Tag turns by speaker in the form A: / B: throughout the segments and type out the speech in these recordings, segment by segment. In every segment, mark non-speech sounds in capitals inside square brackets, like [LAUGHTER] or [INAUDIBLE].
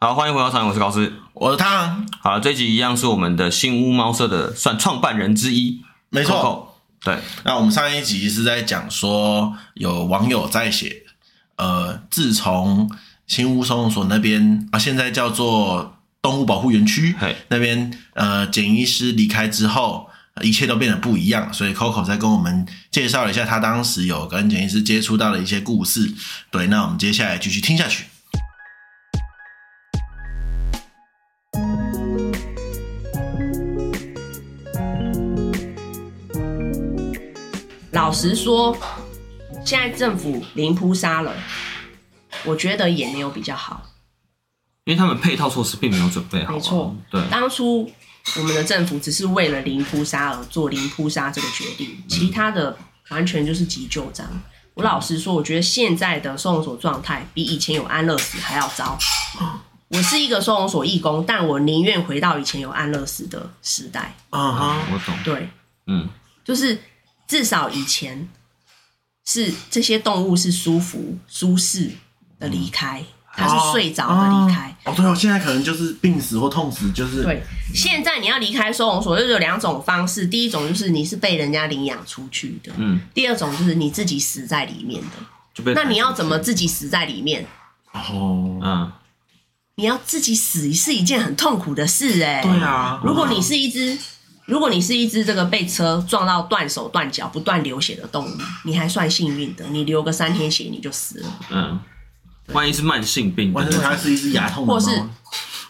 A: 好，欢迎回到场，我是高斯。
B: 我的汤，
A: 好了，这集一样是我们的新屋猫社的算创办人之一，
B: 没错。
A: Coco。对，
B: 那我们上一集是在讲说，有网友在写，呃，自从新屋收容所那边啊，现在叫做动物保护园 [LAUGHS] 区
A: 嘿
B: 那边，呃，简医师离开之后，呃一切都变得不一样。所以 Coco 在跟我们介绍了一下他当时有跟简医师接触到的一些故事。对，那我们接下来继续听下去。
C: 老实说，现在政府零扑杀了，我觉得也没有比较好。
A: 因为他们配套措施并没有准备好啊、
C: 没错
A: 对，
C: 当初我们的政府只是为了零扑杀而做零扑杀这个决定，
A: 嗯
C: 其他的完全就是急救章。我老实说，我觉得现在的收容所状态比以前有安乐死还要糟。
A: 嗯
C: 我是一个收容所义工，但我宁愿回到以前有安乐死的时代。
B: 嗯哼，
A: 我懂。
C: 对，
A: 嗯，
C: 就是至少以前是这些动物是舒服、舒适的离开，它是睡着的离开。
B: 嗯哦，对哦，现在可能就是病死或痛死，就是
C: 对，现在你要离开收容所，就有两种方式。第一种就是你是被人家领养出去的，
A: 嗯，
C: 第二种就是你自己死在里面的。
A: 就被
C: 那你要怎么自己死在里面？
B: 哦，
A: 嗯，
C: 你要自己死是一件很痛苦的事、哎，
B: 对啊，
C: 如果你是一只，如果你是一只这个被车撞到断手断脚、不断流血的动物，你还算幸运的，你流个三天血你就死了。
A: 嗯，万一是慢性病的
B: 万
A: 那
B: 一
A: 种，
B: 它是一只牙痛的猫，
C: 或是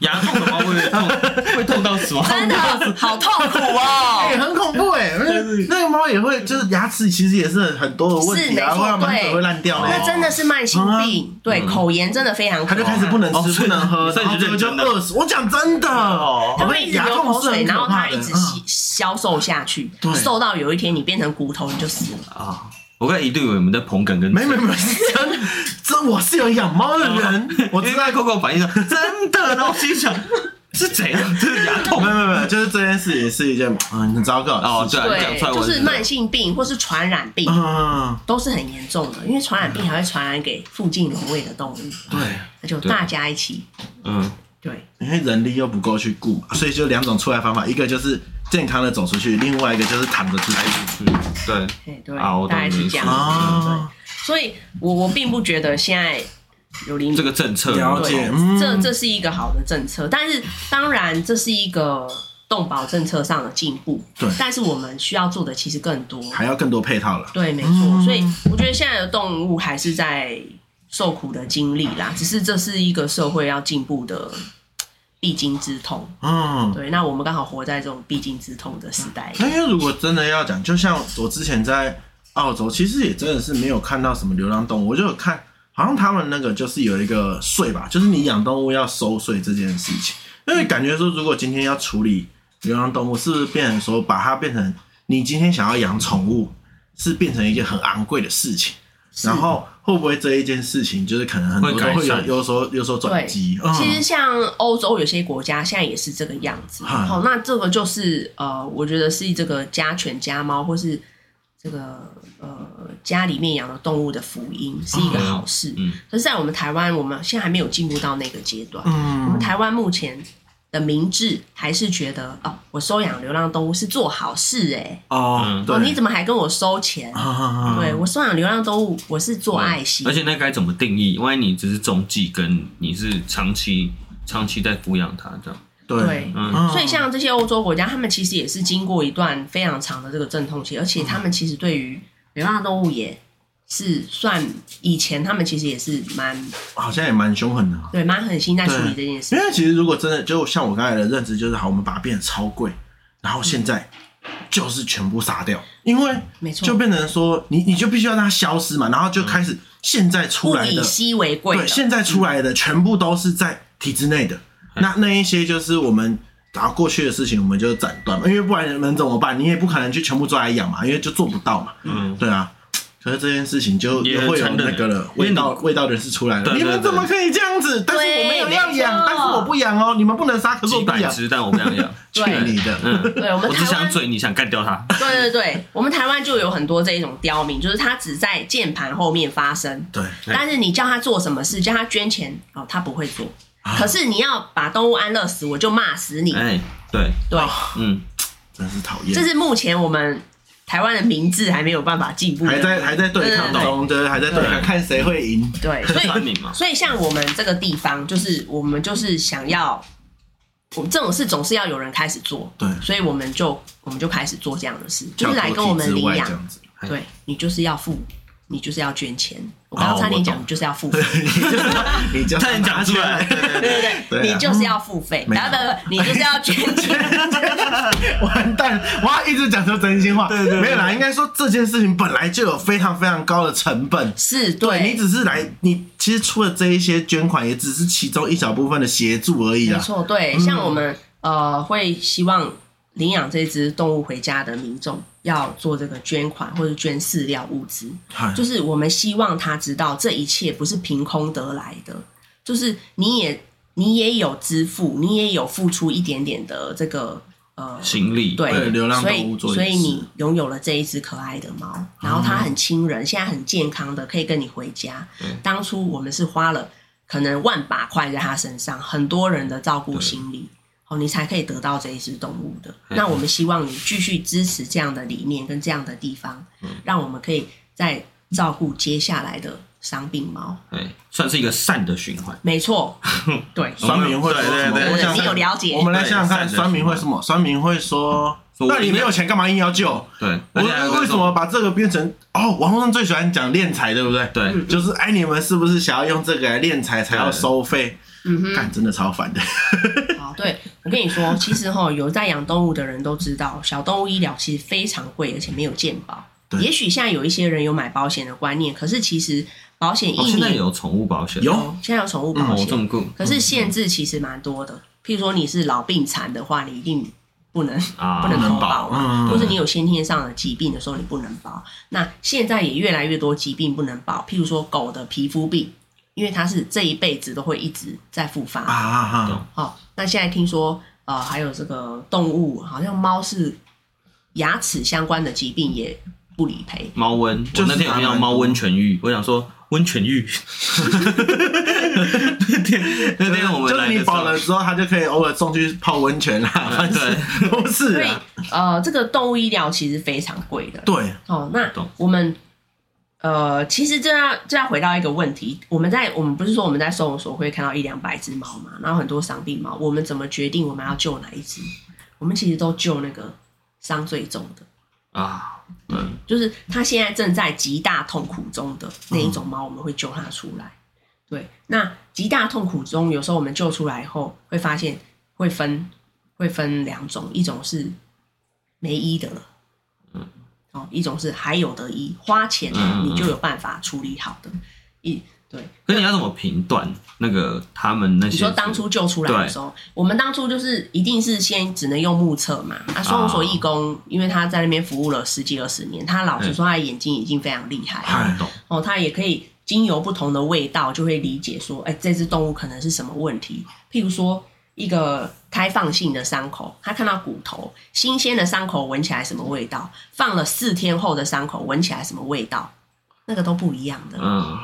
A: 牙痛的话会不会
B: [LAUGHS]
A: 痛，会痛到死亡。
C: 真的好痛苦啊
B: 哎、
C: 哦！
B: 很恐怖哎、那个猫也会，就是牙齿其实也是很多的问题啊，
C: 是没错
B: 不然满嘴
C: 对
B: 会烂掉嘞、
C: 那真的是慢性病，对口炎真的非常可怕。
B: 啊嗯他就开始不能
A: 哦
B: 吃、
A: 所以
B: 不能喝，
A: 所以
B: 然
A: 你
B: 后
A: 认
B: 最
A: 真
B: 后就
A: 的
B: 饿死。我讲真的哦，
C: 他
B: 我
C: 会
B: 跟
C: 一
B: 你
C: 直
B: 牙
C: 流
B: 痛
C: 口
B: 是
C: 水，
B: 很
C: 然
B: 可
C: 后它
B: 怕的。
C: 一直
B: 嗯
C: 吸消瘦下去
B: 对，
C: 瘦到有一天你变成骨头你就死了。
A: 啊！我刚才一度以为我们在捧梗跟
B: 没没
C: [LAUGHS]
B: 没，是真，这我是有养猫的人，我
A: 因为
B: 知道
A: 在。Coco 反应说真的，然后我心想是怎样，这是牙痛
B: 没有没有没有，就是这件事也是一件嗯很糟糕的
A: 哦
B: 事，情。
A: 对，讲出来
C: 对，
A: 我
C: 就
A: 知
C: 是
A: 道
C: 慢性病或是传染病
B: 嗯，
C: 都是很严重的，因为传染病还会传染给附近农位的动物，
B: 对，
C: 那就大家一起
A: 嗯，
C: 对。
B: 因为人力又不够去顾嘛，所以就两种出来方法，一个就是健康的走出去，另外一个就是躺着出去。
A: 嗯，对，
C: 哎，对，
A: 啊我懂
C: 大概
A: 你的
C: 是
A: 意
C: 这
A: 思
C: 样。
B: 哦
C: 对，所以我我并不觉得现在有零
A: 这个政策
B: 了
C: 对
B: 解嗯
C: 这这是一个好的政策，但是当然这是一个动保政策上的进步，
B: 对
C: 但是我们需要做的其实更多，
B: 还要更多配套了。
C: 对，没错。所以我觉得现在的动物还是在受苦的经历啦，只是这是一个社会要进步的必经之痛。
B: 嗯，
C: 对，那我们刚好活在这种必经之痛的时代。
B: 那因为如果真的要讲，就像我之前在澳洲，其实也真的是没有看到什么流浪动物，我就有看，好像他们那个就是有一个税吧，就是你养动物要收税这件事情。因为感觉说，如果今天要处理流浪动物，是不是变成说把它变成你今天想要养宠物，是变成一件很昂贵的事情？然后会不会这一件事情就是可能很多
A: 会
B: 都
A: 改
B: 会有
A: 善
B: 有所有所转机？嗯
C: 其实像欧洲有些国家现在也是这个样子。
B: 嗯
C: 好、那这个就是呃，我觉得是这个家犬、家猫或是这个呃家里面养的动物的福音，是一个好事。
A: 嗯
C: 可是，在我们台湾，我们现在还没有进入到那个阶段。我们
B: 嗯，
C: 台湾目前的民智还是觉得哦，我收养流浪动物是做好事哎、
B: 哦
A: 嗯，
B: 对，
C: 哦，你怎么还跟我收钱？
B: 啊
C: 对我收养流浪动物，我是做爱心
A: 而。且那该怎么定义？万一你只是中继，跟你是长期长期在抚养它这样，
B: 对
C: 对，
A: 嗯，
C: 所以
B: 哦
C: 像这些欧洲国家，他们其实也是经过一段非常长的这个阵痛期，而且他们其实对
B: 嗯
C: 于流浪动物也是算以前他们其实也是蛮
B: 好像也蛮凶狠的。
C: 对蛮狠心在处理这件
B: 因
C: 事。
B: 为其实如果真的就像我刚才的认知，就是好，我们把它变得超贵，然后现在就是全部杀掉，因为
C: 没错
B: 就变成说你你就必须要让它消失嘛，然后就开始现在出
C: 物
B: 来
C: 以
B: 的，
C: 稀为贵
B: 对，
C: 的，
B: 现在出来的全部都是在体制内的，那那一些就是我们。然后过去的事情我们就斩断嘛，因为不然能怎么办？你也不可能去全部抓来养嘛，因为就做不到嘛。嗯，对啊。可是这件事情就
A: 也
B: 也会有
A: 承认
B: 那个了，
A: 因为
B: 味
A: 你
B: 道味道人士出来了。
A: 对对
B: 你们
A: 对
B: 怎么可以这样子？但是我没有要
C: 没
B: 养
C: 错，
B: 但是我不养哦，你们不能杀，可是我
A: 几
B: 不
A: 百
B: 养。
A: 只，但我不想
B: [LAUGHS]
A: 养。
B: 去
C: 对
B: 你的！
A: 嗯，
C: 对我们
A: 我只
C: 台
A: 想
C: 湾
A: 嘴，你想干掉它。
C: 对对对，我们台湾就有很多这一种刁民，就是他只在键盘后面发声，
B: 对，
C: 但是你叫他做什么事，叫他捐钱哦，他不会做。
B: 啊
C: 可是你要把动物安乐死，我就骂死你。
A: 哎，对，
C: 对，
A: 嗯，
B: 真是讨
C: 这
B: 厌。
C: 是目前我们台湾的民智还没有办法进步的，
B: 还在还在对抗中，就是还在对抗，
A: 对
B: 看谁会赢。
C: 对，所
A: 川
C: 以
A: 民嘛，
C: 所以像我们这个地方，就是我们就是想要，我们这种事总是要有人开始做，
B: 对，
C: 所以我们就我们就开始做这样的事，就是来跟我们领
B: 这
C: 养，
B: 样子。 [LAUGHS]
C: 对你就是要付，你就是要捐钱。我刚刚
B: 哦
C: 差点
B: 我
C: 讲，
B: 懂
C: 你就是
B: [LAUGHS]
C: 要付费。
A: [LAUGHS]
B: 你就
A: 差点讲出来
B: 对对对
C: 对对对，
B: 对啊
C: 你就是要付费，不
B: 没
C: 不
B: 有
C: 不，你就是要捐钱。
B: [LAUGHS] 完蛋！我要一直讲出真心话。
A: 对对对
B: 没有啦，应该说这件事情本来就有非常非常高的成本。
C: 是
B: 你只是来，你其实出了这一些捐款，也只是其中一小部分的协助而已啊
C: 没
B: 啦。
C: 错，对，像我们呃会希望领养这只动物回家的民众要做这个捐款或者捐饲料物资，
B: 嗨
C: 就是我们希望他知道这一切不是凭空得来的，就是你也你也有支付，你也有付出一点点的这个
A: [LAUGHS]
C: 呃
A: 行李，
C: 对，
B: 对流浪
C: 所
B: 动物
C: 以
B: 做嗯
C: 所
B: 也
C: 以
B: 是
C: 你拥有了这一只可爱的猫，然后它很亲人，现在很健康的，可以跟你回家。当初我们是花了可能万把块在它身上，很多人的照顾心理，哦，你才可以得到这一只动物的。
B: 嗯
C: 那我们希望你继续支持这样的理念跟这样的地方，
B: 嗯
C: 让我们可以再照顾接下来的伤病猫。
A: 哎，算是一个善的循环。
B: [LAUGHS]
C: 没错，对，
B: 酸民会说
A: 对对
B: 什么？
A: 对
B: 我想
C: 你有了解
B: 我们来想想看，
A: 对
B: 酸民会什么？酸民会说：“
A: 说
B: 那你没有钱，干嘛硬要救？”
A: 对，
B: 我
A: 而且还有
B: 为什么把这个变成哦？网络上最喜欢讲敛财，对不对？
A: 对嗯
B: 就是哎，你们是不是想要用这个来敛财才要收费？
C: 嗯哼。
B: 干，真的超烦的。
C: 好，对我跟你说， [LAUGHS] 其实哈，有在养动物的人都知道，小动物医疗其实非常贵，而且没有健保。
B: 对
C: 也许现在有一些人有买保险的观念，可是其实保险一
A: 哦，现在
C: 年、
A: 有宠物保险，
B: 有
C: 现在有宠物保
A: 哦，
C: 险，
A: 这么酷
C: 可是限制其实蛮多的。譬如说你是老病残的话，你一定不能
A: 啊，
C: 不能投
A: 能保，
C: 保嘛，
B: 嗯
C: 或是你有先天上的疾病的时候，你不能保。那现在也越来越多疾病不能保，譬如说狗的皮肤病，因为它是这一辈子都会一直在复发
B: 啊啊
A: 懂
C: 好、那现在听说呃，还有这个动物，好像猫是牙齿相关的疾病也不理赔。
A: 猫瘟，
B: 就
A: 我
B: 是
A: 那天有
B: 它
A: 听到
B: 蛮
A: 猫
B: 多
A: 瘟痊愈，我想说温痊愈。
B: [LAUGHS]
A: 那天那天我们
B: 就是
A: 来的
B: 你
A: 时
B: 保
A: 候嗯
B: 了，之后，他就可以偶尔送去泡温泉啦，反正
A: 对
B: [LAUGHS] 都是
C: 所以
B: 啊，
C: 呃，这个动物医疗其实非常贵的。
B: 对，
C: 哦，那
A: 懂
C: 我们呃，其实这要这要回到一个问题，我们在我们不是说我们在收容所会看到一两百只猫嘛，然后很多伤病猫，我们怎么决定我们要救哪一只？我们其实都救那个伤最重的。
A: 啊，嗯，
C: 就是它现在正在极大痛苦中的那一种猫，我们会救它出来。对，那极大痛苦中，有时候我们救出来后，会发现会分会分两种，一种是没医的了，嗯，哦，一种是还有得医，花钱
A: 嗯嗯嗯
C: 你就有办法处理好的。一对，
A: 可你要怎么评断那个他们那些？
C: 你说当初救出来的时候，我们当初就是一定是先只能用目测嘛。
A: 哦
C: 啊，收容所义工，因为他在那边服务了十几二十年，他老
A: 嗯
C: 实说，他的眼睛已经非常厉害了。
B: 嗨，
A: 懂
C: 哦，它也可以经由不同的味道，就会理解说，哎、这只动物可能是什么问题。譬如说，一个开放性的伤口，它看到骨头，新鲜的伤口闻起来什么味道，放了四天后的伤口闻起来什么味道，那个都不一样的。
A: 嗯，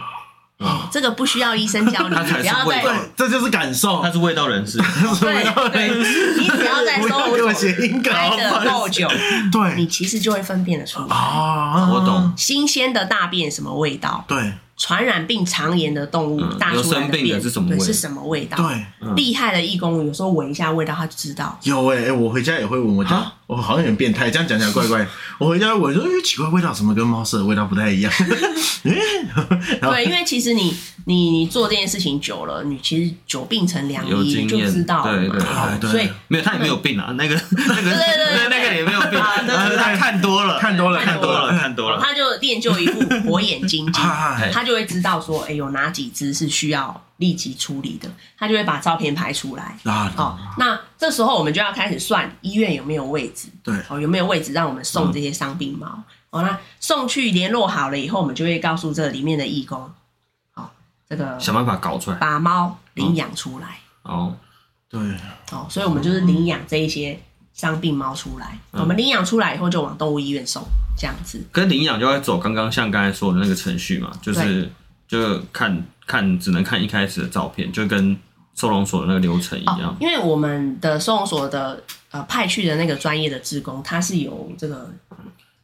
C: 哎这个不需要医生教你，
A: 它
C: 你
A: 才
C: 不
A: 是
C: 要
A: 味
C: 再
A: 道
B: 对，这就是感受
A: 他。是味道人士，
C: 哦对对，你只要在
B: 不
C: 收
B: 要给我
C: 容所
B: 谐音梗，
C: 待
B: 好不
C: 的
B: 好
C: 够
B: 意思
C: 久，你
B: 对，
C: 其实就会分辨得出来。
B: 啊，
A: 我懂，
C: 新鲜的大便什么味道？
B: 对
C: 传染病肠炎的动物
A: 嗯
C: 大出
A: 有
C: 来
A: 生
C: 便
A: 病的是什么味嗯
C: 对是什么味道？
B: 对，
C: 厉害的义工有时候闻一下味道，他就知道。
B: 有哎、欸我回家也会闻，我家
A: 啊
B: 我好像有点变态，这样讲起来怪怪。我回家闻说，哎、奇怪，味道怎么跟猫舍的味道不太一
A: [LAUGHS]
B: 样？欸然后
C: 对，因为其实你你你做这件事情久了，你其实久病成良
A: 有
C: 医，
A: 经
C: 你就
A: 验
C: 知道了
A: 对
C: 嘛
A: 对
B: 对对
C: 所以
A: 没有他也没有病啊，
C: [LAUGHS]
A: 那个那个
C: 对对对
A: 那个也没有病，
C: 啊对对
A: 呃
B: 对
A: 他看多了，
B: 看多了，
A: 看
B: 看
A: 多
B: 多
A: 了，
B: 了，
A: 看多了，
C: 他就练就一副火眼
A: [LAUGHS]
C: 金睛，
B: 嗨
C: 他就会知道说，哎，有哪几只是需要立即处理的，他就会把照片拍出来。
B: 啊，
C: 哦，那这时候我们就要开始算医院有没有位置，
B: 对
C: 哦，有没有位置让我们送这些伤病猫？哦，那送去联络好了以后，我们就会告诉这里面的义工，哦，这个
A: 想办法搞出来
C: 把猫领养出来，
A: 哦，
B: 对，
C: 哦，所以我们就是领养这一些伤病猫出来，我们领养出来以后就往动物医院送，这样子。
A: 跟领养就会走刚刚像刚才说的那个程序嘛，就是就看看只能看一开始的照片，就跟收容所的那个流程一样
C: 哦，。因为我们的收容所的呃派去的那个专业的志工，他是有这个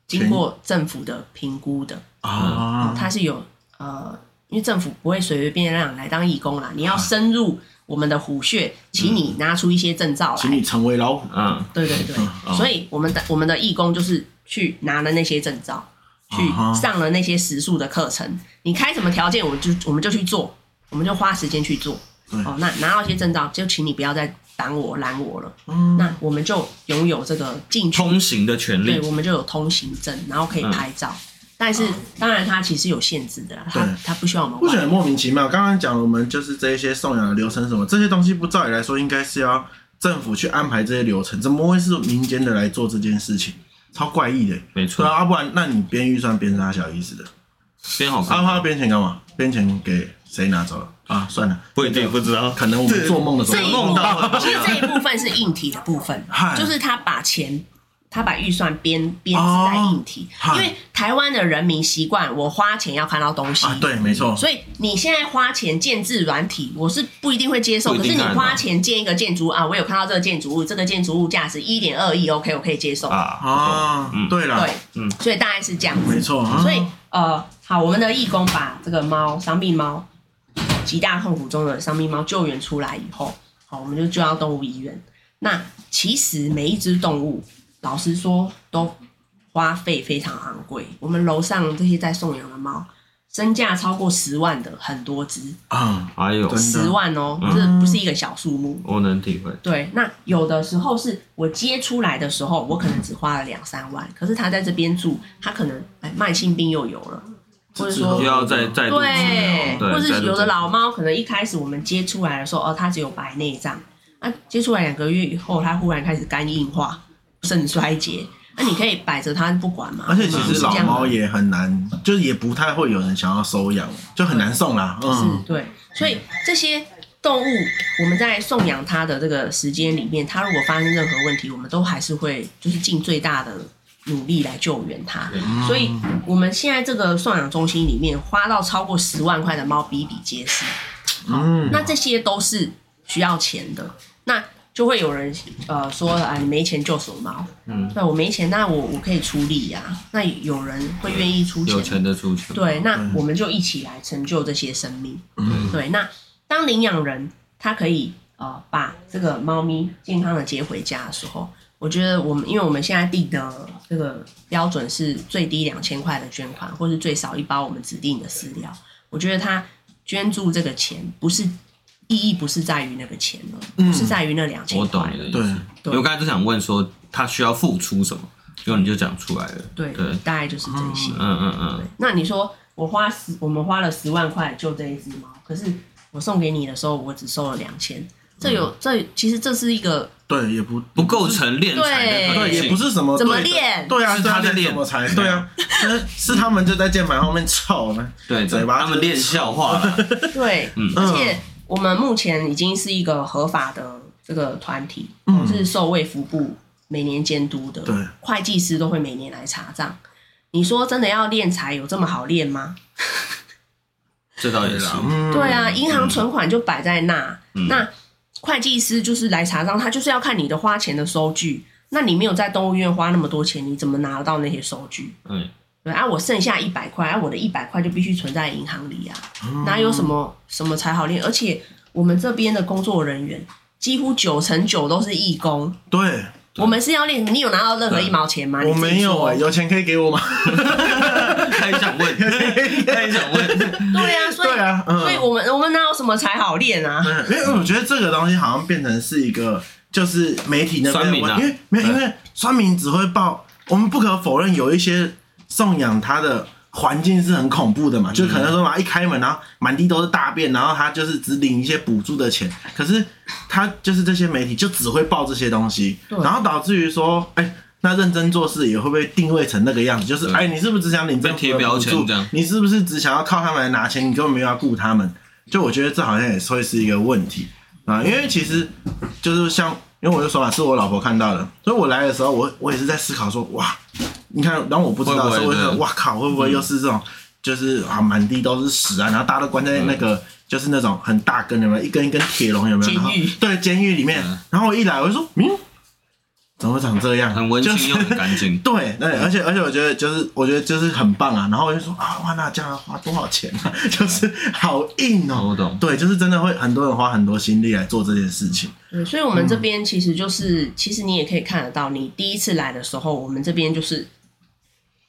C: 经过政府的评估的，
A: 嗯
B: 啊，
C: 他是有呃，因为政府不会随随便便让你来当义工
B: 嗯
C: 啦，你要深入我们的虎穴，请你拿出一些证照来。
B: 请你成为老虎
A: 嗯，
C: 对对对，所以我们的我们的义工就是去拿了那些证照，去
B: 啊哈
C: 上了那些时数的课程。你开什么条件，我就我们就去做，我们就花时间去做。
B: 对
C: 哦，那拿到一些证照，就请你不要再挡我、拦我了。
B: 嗯
C: 那我们就拥有这个进去，
A: 通行的权利
C: 对，我们就有通行证，然后
A: 嗯
C: 可以拍照。但
A: 哦
C: 是当然，它其实有限制的啦，它
B: 对
C: 它不需要我们
B: 不觉得
C: 玩。
B: 很莫名其妙？刚刚讲了我们就是这一些送养的流程什么这些东西，不照理来说应该是要政府去安排这些流程，怎么会是民间的来做这件事情？超怪异的、
A: 没
B: 对
A: 错
B: 啊，，要不然那你编预算编啥小意思的？
A: 编好
B: 啊，
A: 看
B: 他编钱干嘛？编钱给谁拿走了？啊，算了，
A: 不一定不知道，
B: 可能我们做梦的时
C: 这
B: 候
C: 一
A: 梦
C: 部
A: 到了
C: 分，其实这一部分是硬体的部分
B: [LAUGHS] 嗨，
C: 就是他把钱，他把预算编编制在硬体
B: 哦，嗨
C: 因为台湾的人民习惯我花钱要看到东西
B: 啊，，对，没错，
C: 所以你现在花钱建制软体，我是不一定会接受。
A: 不一
C: 可是
A: 定啊
C: 你
A: 看得到
C: 花钱建一个建筑物啊，我有看到这个建筑物，这个建筑物价值一点二亿，OK，我可以接受。
A: 啊，
B: 啊
A: 嗯，
B: 对啦
C: 对，，
A: 嗯
C: 所以大概是这样子。
B: 没错，啊
C: 所以呃，好，我们的义工把这个猫伤病猫极大痛苦中的伤病猫救援出来以后，好，我们就救到动物医院。那其实每一只动物，老实说都花费非常昂贵。我们楼上这些在送养的猫，身价超过十万的很多只，
B: 啊，
A: 还有
B: 真的
C: 十万哦，这不是一个小数目。
A: 哎我能体会，
C: 对，那有的时候是我接出来的时候，我可能只花了两三万，可是他在这边住，他可能哎慢性病又有了，或者
B: 这之后
C: 说
A: 又要再再度治疗
C: 对，，
A: 对
C: 或者
A: 再
C: 是
A: 度
C: 有
A: 治
C: 的
A: 疗
C: 老猫可能一开始我们接出来的时候，哦，它只有白内障，那、接出来两个月以后，它忽然开始肝硬化、肾衰竭，那、你可以摆着它不管嘛？
B: 而且其
C: 是
B: 实
C: 这
B: 老
C: 样
B: 猫
C: 的
B: 也很难，就是也不太会有人想要收养，就很难送啦，嗯
C: 是，对，所以这些动物我们在送养它的这个时间里面，它如果发生任何问题，我们都还是会就是尽最大的努力来救援它。所以我们现在这个送养中心里面花到超过十万块的猫比比皆是，
B: 嗯，
C: 那这些都是需要钱的。那就会有人呃说啊，你没钱救什么猫？
A: 嗯，
C: 那我没钱，那我我可以出力呀、那有人会愿意出
A: 有
C: 钱
A: 钱的出钱，
C: 对，
A: 嗯
C: 那我们就一起来成就这些生命。对，那当领养人他可以呃把这个猫咪健康的接回家的时候，我觉得我们因为我们现在定的这个标准是最低两千块的捐款，或是最少一包我们指定的饲料。我觉得他捐助这个钱不是意义，不是在于那个钱了，不是在于那两千
A: 我懂
C: 块
A: 你。的意
B: 对
A: 思。因为我刚才就想问说，他需要付出什么，结果你就讲出来了。
C: 对
A: 对，
C: 大概就是这些。
A: 嗯嗯嗯，
C: 那你说我花十，我们花了十万块救这一只猫，可是我送给你的时候，我只收了两千，这有、这其实这是一个
B: 对，也不
A: 不构成敛财的可能
B: 对，
A: 性
B: 也不是什么
C: 怎么
B: 对的
C: 练
B: 对啊，
A: 是
B: 是
A: 他在
B: 练
A: 练
B: 什么才对啊，是是他们就在键盘后面吵呢，
A: 对
B: 嘴巴
A: 他们练笑话
B: [LAUGHS]
A: 了，
C: 对，而且我们目前已经是一个合法的这个团体，是受卫福部每年监督的，
B: 对
C: 会计师都会每年来查账。你说真的要练财有这么好练吗？
A: 这倒也是。
B: 嗯，
C: 对啊，银行存款就摆在那，那会计师就是来查账，他就是要看你的花钱的收据。那你没有在动物医院花那么多钱，你怎么拿得到那些收据？
A: 嗯，
C: 对啊，我剩下一百块，啊，我的一百块就必须存在银行里啊，
B: 嗯
C: 哪有什么什么才好练？而且我们这边的工作人员几乎九成九都是义工，
B: 对，
C: 我们是要练。你有拿到任何一毛钱吗？
B: 我
C: 你自己
B: 没有
C: 说
B: 哎，有钱可以给我吗？
A: 太想问，
B: [LAUGHS]
A: 太想问，
C: 对啊，所以
B: 对啊嗯
C: 所以我们我们哪有什么才好练啊？
B: 嗯因为我觉得这个东西好像变成是一个，就是媒体那边的
A: 酸民啊
B: 问题因为没有，
A: 对
B: 因为酸民只会报。我们不可否认，有一些送养它的环境是很恐怖的
A: 嗯
B: 嘛，就可能说嘛，一开门然后满地都是大便，然后他就是只领一些补助的钱，可是他就是这些媒体就只会报这些东西，
C: 对
B: 然后导致于说，哎、那认真做事也会被定位成那个样子，就是
A: 对
B: 哎，你是不是只想领政府
A: 贴
B: 的
A: 标
B: 补
A: 签
B: 助
A: 这样
B: 你是不是只想要靠他们来拿钱？你根本没有要顾他们。就我觉得这好像也是会是一个问题啊，因为其实就是像，因为我就说嘛，是我老婆看到的，所以我来的时候我，我也是在思考说，哇，你看，然后我不知道，
A: 会不会嗯
B: 所以我就
A: 对
B: 哇靠，会不会又是这种就是啊满地都是屎啊，然后大家都关在那
A: 嗯
B: 个、就是那种很大根的嘛，一根一根铁笼有没有？然
C: 监
B: 后
C: 狱
B: 对监狱里面
A: 嗯，
B: 然后我一来我就说，嗯，怎么会长这样？
A: 很温
B: 就
A: 馨
B: 是。
A: 又很干净
B: 对对，
A: 嗯
B: 而且而且我觉得就是我觉得就是很棒啊，然后我就说啊哇，那这样要花多少钱啊？ [LAUGHS] 就是好硬哦、
A: 我懂
B: 对，就是真的会很多人花很多心力来做这件事情。
C: 对，嗯所以我们这边其实就是，其实你也可以看得到，你第一次来的时候，我们这边就是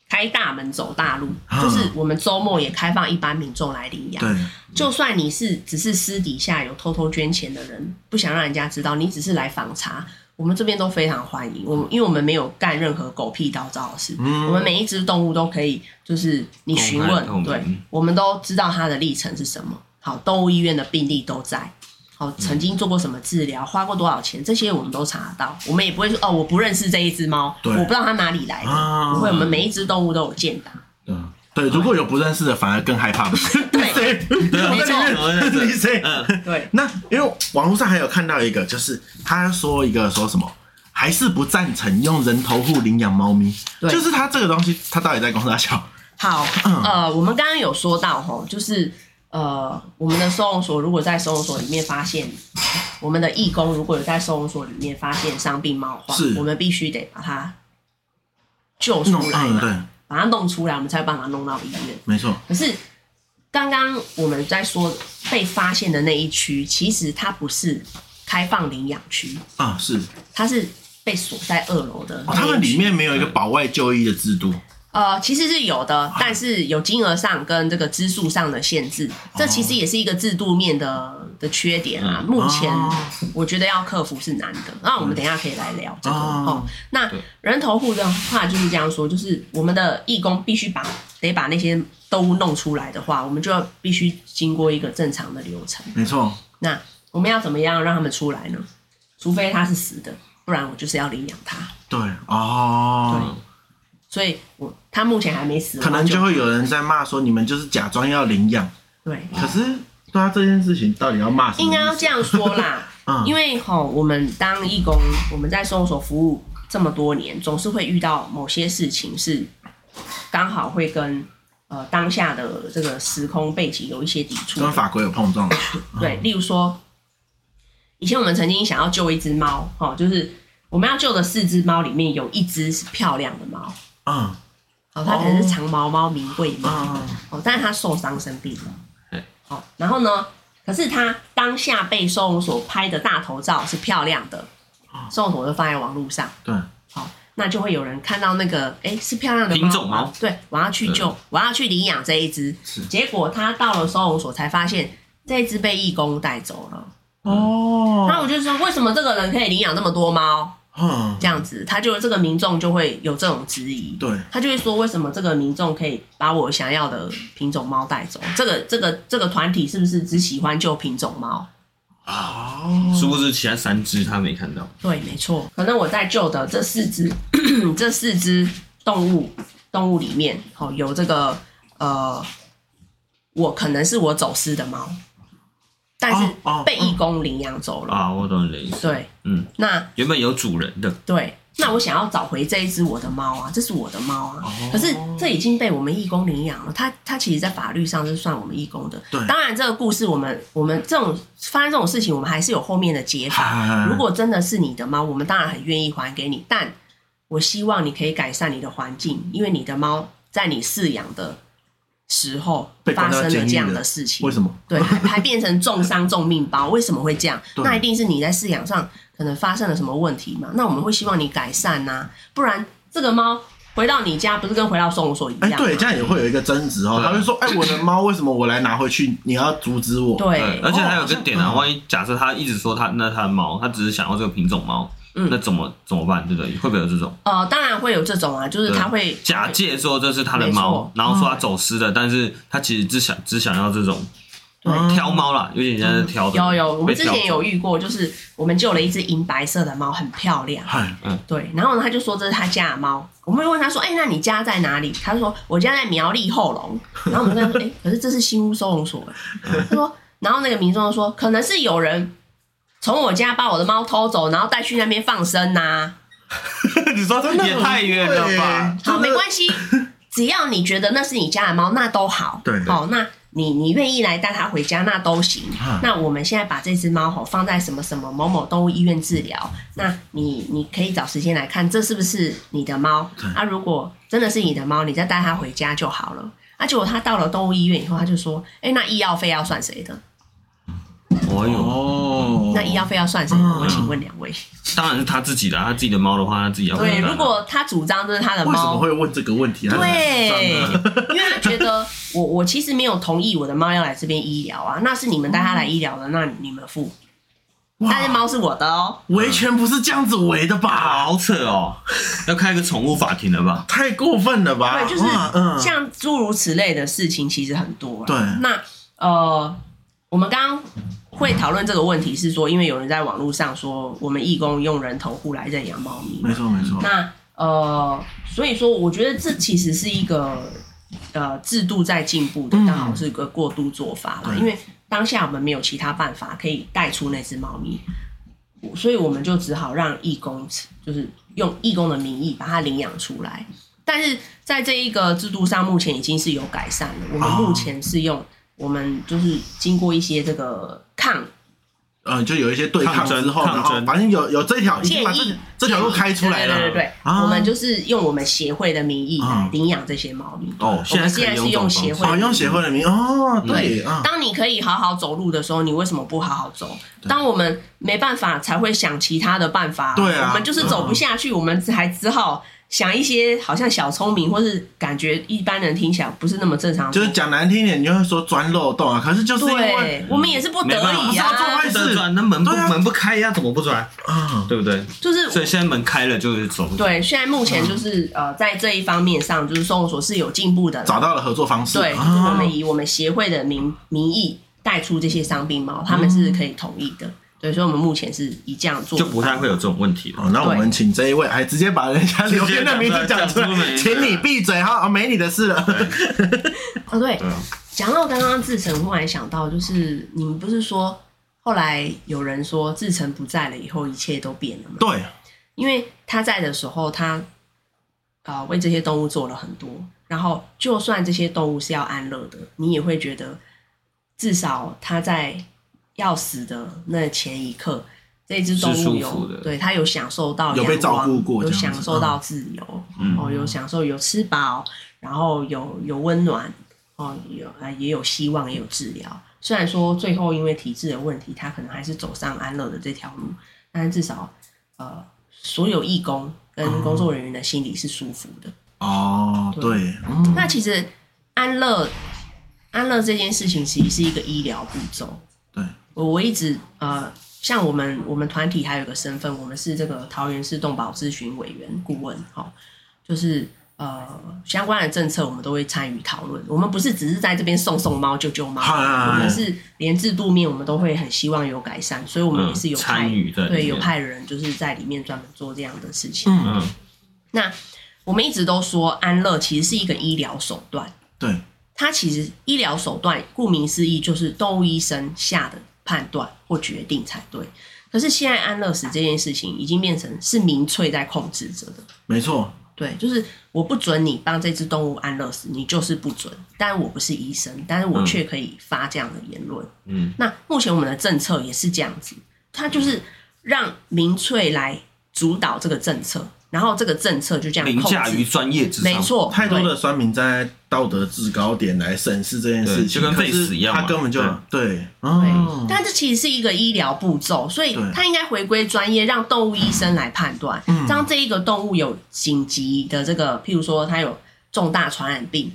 C: 开大门走大路，
B: 啊
C: 就是我们周末也开放一般民众来领养。
B: 对，
C: 就算你是只是私底下有偷偷捐钱的人，不想让人家知道，你只是来访查，我们这边都非常欢迎。我们因为我们没有干任何狗屁叨叨的事，
B: 嗯
C: 我们每一只动物都可以，就是你询
A: 公开透明
B: 嗯
C: 问，对，我们都知道它的历程是什么。好，动物医院的病历都在。好，曾
B: 嗯
C: 经做过什么治疗，花过多少钱，这些我们都查得到。我们也不会说哦，我不认识这一只猫，
B: 对
C: 我不知道它哪里来的。
B: 啊
C: 不会，我们每一只动物都有建
B: [LAUGHS]
C: 档。
B: 嗯，对，如果有不认识的，反而更害怕。
C: [LAUGHS] 对
B: 谁？我在
A: 没错我
B: [LAUGHS]
A: 认
B: 里
A: 识
B: 面，你谁？
A: 嗯
C: 对，
B: 那因为网络上还有看到一个，就是他说一个说什么，还是不赞成用人头户领养猫咪，
C: 对
B: 就是他这个东西，他到底在公啥小？
C: 好，
B: 嗯
C: 呃，我们刚刚有说到吼，就是呃，我们的收容所如果在收容所里面发现，我们的义工如果有在收容所里面发现伤病猫的话
B: 是，
C: 我们必须得把它救
B: 弄
C: 出来
B: 嗯，
C: 嘛，
B: 对，
C: 把它弄出来，我们才有办法弄到医院。
B: 没错，
C: 可是刚刚我们在说被发现的那一区，其实它不是开放领养区，
B: 啊是，
C: 它是被锁在二楼的
B: 哦
C: 那一区、
B: 他们里面没有一个保外就医的制度，
C: 呃，其实是有
B: 啊
C: 的，但是有金额上跟这个支数上的限制，这其实也是一个制度面的的缺点啊。目前
B: 哦
C: 我觉得要克服是难的，那我们等一下可以来聊这个
B: 哦
C: 哦。那
A: 对
C: 人头户的话就是这样说，就是我们的义工必须把得把那些动物弄出来的话，我们就要必须经过一个正常的流程。
B: 没错，
C: 那我们要怎么样让他们出来呢？除非它是死的，不然我就是要领养它。
B: 对，
A: 嗯
B: 哦，
C: 所以我它目前还没死，
B: 可
C: 我
B: 能
C: 就
B: 就会有人在骂说你们就是假装要领养，
C: 对。
B: 可是对啊这件事情到底要骂什么意
C: 应
B: 思？，
C: 该要这样说啦
B: 嗯
C: 因为吼，我们当义工，我们在收容所服务这么多年，总是会遇到某些事情是刚好会跟呃当下的这个时空背景有一些抵触
B: 跟
C: 的。
B: 法嗯规有碰 [LAUGHS] 撞，
C: 对，例如说，以前我们曾经想要救一只猫，哦，就是我们要救的四只猫里面有一只是漂亮的猫，
B: 嗯
C: 哦，它可能是长毛猫、名贵猫，
B: 嗯
C: 哦，但是他受伤生病了
A: 对。
C: 哦，然后呢？可是他当下被收容所拍的大头照是漂亮的，收容所就放在网络上。
B: 对，
C: 好、那就会有人看到那个，哎，是漂亮的
A: 品种
C: 吗
A: 猫？
C: 对，我要去救，我要去领养这一只
B: 是。
C: 结果他到了收容所才发现，这一只被义工带走了。那
B: 哦，
C: 我就说，为什么这个人可以领养那么多猫？
B: 嗯，
C: 这样子，他就这个民众就会有这种质疑。
B: 对，
C: 他就会说，为什么这个民众可以把我想要的品种猫带走？这个这个这个团体是不是只喜欢救品种猫？
B: 哦，
A: 殊不知其他三只他没看到，
C: 对，没错。可能我在救的这四只 [CLEARS THROAT] 这四只动物动物里面，哦，有这个呃，我可能是我走私的猫，但是
B: 哦哦
C: 被义工领养走了。
A: 啊，我懂你的意思。
C: 对，
A: 嗯，
C: 那
A: 原本有主人的，
C: 对，那我想要找回这一只我的猫啊，这是我的猫啊。
B: 哦
C: 可是这已经被我们义工领养了，它它其实，在法律上是算我们义工的。
B: 对
C: 当然这个故事我们我们这种发生这种事情，我们还是有后面的解
B: 嗨嗨
C: 法
B: 嗨。
C: 如果真的是你的猫，我们当然很愿意还给你，但我希望你可以改善你的环境，因为你的猫在你饲养的时候
B: 被关
C: 发
B: 到
C: 生
B: 监
C: 了
B: 狱
C: 这样
B: 了
C: 的事情。
B: 为什么？
C: 对，还还变成重伤重命包，为什么会这样？
B: 对
C: 那一定是你在饲养上可能发生了什么问题嘛？那我们会希望你改善呐、不然这个猫回到你家不是跟回到收容所一
B: 哎、
C: 样吗？
B: 对，这样也会有一个争执哦。
A: 对
B: 他会说，哎、我的猫为什么我来拿回去，你要阻止我？
A: 对，
C: 对
A: 而且还有
B: 好
A: 个
B: 像
A: 点啊，
B: 嗯
A: 万一假设他一直说他那他的猫，他只是想要这个品种猫，
C: 嗯
A: 那怎么怎么办？对不对？会不会有这种
C: 呃，当然会有这种啊，就是它会
A: 假借说这是他的
C: 没
A: 猫
C: 错，嗯
A: 然后说他走私的，但是他其实只想只想要这种
C: 对嗯
A: 挑猫啦，有点像是挑的。
C: 有有，我
A: 被
C: 们之
A: 挑
C: 前有遇过，就是我们救了一只银白色的猫，很漂亮。
B: 嗨，
C: 对，然后呢，他就说这是他家的猫。我们会问他说：“哎、那你家在哪里？”他就说：“我家在苗栗后龙。”然后我们跟他说：“哎、可是这是新屋收容所。”哎他说，然后那个民众就说：“可能是有人从我家把我的猫偷走，然后带去那边放生
B: [LAUGHS]
C: 呐、啊
B: 你说真的
A: 也太远了吧
B: 对啊
C: 好，
A: [LAUGHS]
B: 真的 [LAUGHS]
C: 没关系，只要你觉得那是你家的猫，那都好。
B: 对
C: 好、那你你愿意来带它回家，那都行。
B: 啊
C: 那我们现在把这只猫吼放在什么什么某某动物医院治
B: 嗯
C: 疗，那你你可以找时间来看，这是不是你的猫
B: 对？
C: 啊，如果真的是你的猫，你再带它回家就好了。啊，结果它到了动物医院以后，它就说：“哎、那医药费要算谁的？
A: 哦哟，
B: 哦，
C: 那医药费要算谁的？”我
B: 嗯
C: 请问两位，
A: 当然是他自己的啊，他自己的猫的话，他自己要负
C: 对，
A: 担啊
C: 如果他主张这是他的
B: 哦为什么
C: 猫，
B: 会问这个 [LAUGHS] 问题？他
C: 对，
B: 很脏啊
C: 因为他觉得我我其实没有同意我的猫要来这边医疗啊，那是你们带它来医疗的，那你们付。但是
B: 哇，
C: 猫是我的哦，
B: 维权不是这样子围的吧？
A: 好扯哦，要开个宠物法庭了吧？
B: 太过分了吧？
C: 对，就是
B: 哇嗯，
C: 像诸如此类的事情其实很多、啊。
B: 对
C: 那呃，我们刚刚会讨论这个问题是说，因为有人在网络上说，我们义工用人头户来认养猫咪嘛，
B: 没错没错，
C: 那呃，所以说，我觉得这其实是一个呃制度在进步的，
B: 嗯
C: 刚好是一个过渡做法啦。
B: 对
C: 因为当下我们没有其他办法可以带出那只猫咪，所以我们就只好让义工就是用义工的名义把它领养出来。但是在这一个制度上，目前已经是有改善了。我们
B: 哦
C: 目前是用、我们就是经过一些这个抗
B: 嗯，就有一些对抗
A: 抗争
B: 之后，
A: 抗
B: 然后
A: 争
B: 反正有有这条，已经把
C: 建议
B: 这这条路开出来了，
C: 对对对对，
B: 啊
C: 我们就是用我们协会的名义
B: 啊
C: 来领养这些猫咪。
A: 哦，
C: 我
A: 现在
C: 们现
A: 可
C: 在
A: 以
C: 是
A: 这种
C: 用协
A: 方式
C: 会，
B: 哦，用协会的名哦，对啊，
C: 当你可以好好走路的时候，你为什么不好好走？当我们没办法，才会想其他的办法。
B: 对啊
C: 我们就是走不下去，我们还只好想一些好像小聪明，或是感觉一般人听起来不是那么正常的。
B: 就是讲难听点，你就会说钻漏洞啊，可是就是因为
C: 对，我们也是不得
A: 没
C: 已
B: 办法不是要做
C: 啊
B: 坏。事
A: 不能转，那门不
B: 对啊
A: 门不开呀，怎么不转？
B: 啊，
A: 对不对？
C: 就是
A: 所以现在门开了就是走不。
C: 对，现在目前就是呃，在这一方面上，就是收容所是有进步的啦。
B: 找到了合作方式，
C: 对，就是我
B: 啊
C: 们以我们协会的名名义带出这些伤病猫，他们是可以同意的。对，所以我们目前是以这样做，
A: 就不太会有这种问题了。
B: 哦，那我们请这一位，哎还直接把人家留言的名字讲
A: 直
B: 出
A: 接讲出
B: 来，
A: 名字
B: 请你闭嘴哈，哦，没你的事了。
C: 哦，对
A: 对，啊，
C: 讲到刚刚志成，忽然想到，就是你们不是说后来有人说志成不在了以后，一切都变了吗？
B: 对，
C: 因为他在的时候，他啊、呃为这些动物做了很多，然后就算这些动物是要安乐的，你也会觉得至少他在要死的那前一刻，这只动
A: 是
C: 物
A: 舒
C: 有
A: 服的
C: 对它有享受到
B: 有被
C: 阳
B: 照
C: 光
B: 顾过
C: 有
B: 这样
C: 享
B: 子
C: 受到自由，
A: 嗯
C: 哦，有享受有吃饱，然后有有温暖，哦，有啊也有希望，也有治疗。虽然说最后因为体质的问题，他可能还是走上安乐的这条路，但是至少呃，所有义工跟工作人员的心里是舒服的。
B: 哦，对，嗯
C: 那其实安乐安乐这件事情，其实是一个医疗步骤。
B: 对，
C: 我我一直呃，像我们我们团体还有一个身份，我们是这个桃园市动保咨询委员顾问，哈、就是呃相关的政策我们都会参与讨论。我们不是只是在这边送送猫、救救猫，
B: 嗨
C: 我们是连制度面我们都会很希望有改善，所以我们也是有
A: 嗯
C: 派
A: 参与在里
C: 对
A: 面
C: 有派人就是在里面专门做这样的事情。
B: 嗯，
A: 嗯，
C: 那我们一直都说安乐其实是一个医疗手段，
B: 对，
C: 它其实医疗手段顾名思义就是动物医生下的判断或决定才对。可是现在安乐死这件事情已经变成是民粹在控制着的，
B: 没错，
C: 对，就是我不准你帮这只动物安乐死，你就是不准。但我不是医生，但是我
A: 嗯
C: 却可以发这样的言论。
A: 嗯，
C: 那目前我们的政策也是这样子，它就是让民粹来主导这个政策，然后这个政策就这样
A: 凌
C: 控
A: 驾于
C: 制。
A: 专业之上。
C: 没，错，
B: 太多
C: 哦对
B: 的酸民站在道德制高点来审视这件事
A: 对
B: 情，
A: 就跟
B: 可是
A: face 一样嘛
B: 他根本就
A: 对
B: 对，
C: 对
B: 哦，
C: 但这其实是一个医疗步骤，所以
B: 对嗯
C: 它应该回归专业，让动物医生来判断，当这一个动物有紧急的这个，譬如说它有重大传染病，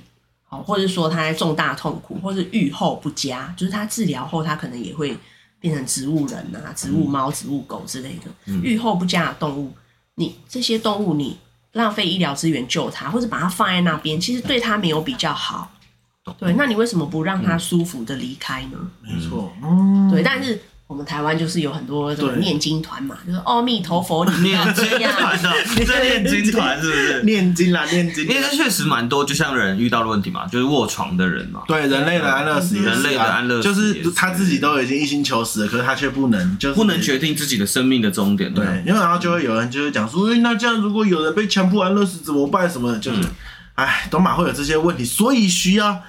C: 好，或者说它在重大痛苦，或是愈后不佳，就是它治疗后它可能也会变成植物人
B: 嗯
C: 啊、植物猫、植物狗之类的，愈后不佳的动物，你这些动物你浪费医疗资源救它，或者把它放在那边，其实对它没有比较好。对，那你为什么不让
B: 嗯
C: 它舒服的离开呢？
B: 没错，嗯，
C: 对，但是我们台湾就是有很多这种
B: 对
C: 念经团嘛，就是阿弥陀佛，你要
A: [LAUGHS] 念
C: 这
A: 军
C: 样
A: 团。
C: [LAUGHS]
A: 的，你在念军团是不是？
B: 念经啦，念经
A: 因，为这确实蛮多，就像人遇到的问题嘛，就是卧床的人嘛。
B: 对人类的安乐死也是啊，
A: 人类的安乐死
B: 就
A: 也是
B: 是他自己都已经一心求死了，可是他却不能，就是
A: 不能决定自己的生命的终点。
B: 对
A: 啊，嗯
B: 因为然后就会有人就是讲说，哎，那这样如果有人被强迫安乐死怎么办？什么的，就是。哎，懂马会有这些问题，所以需要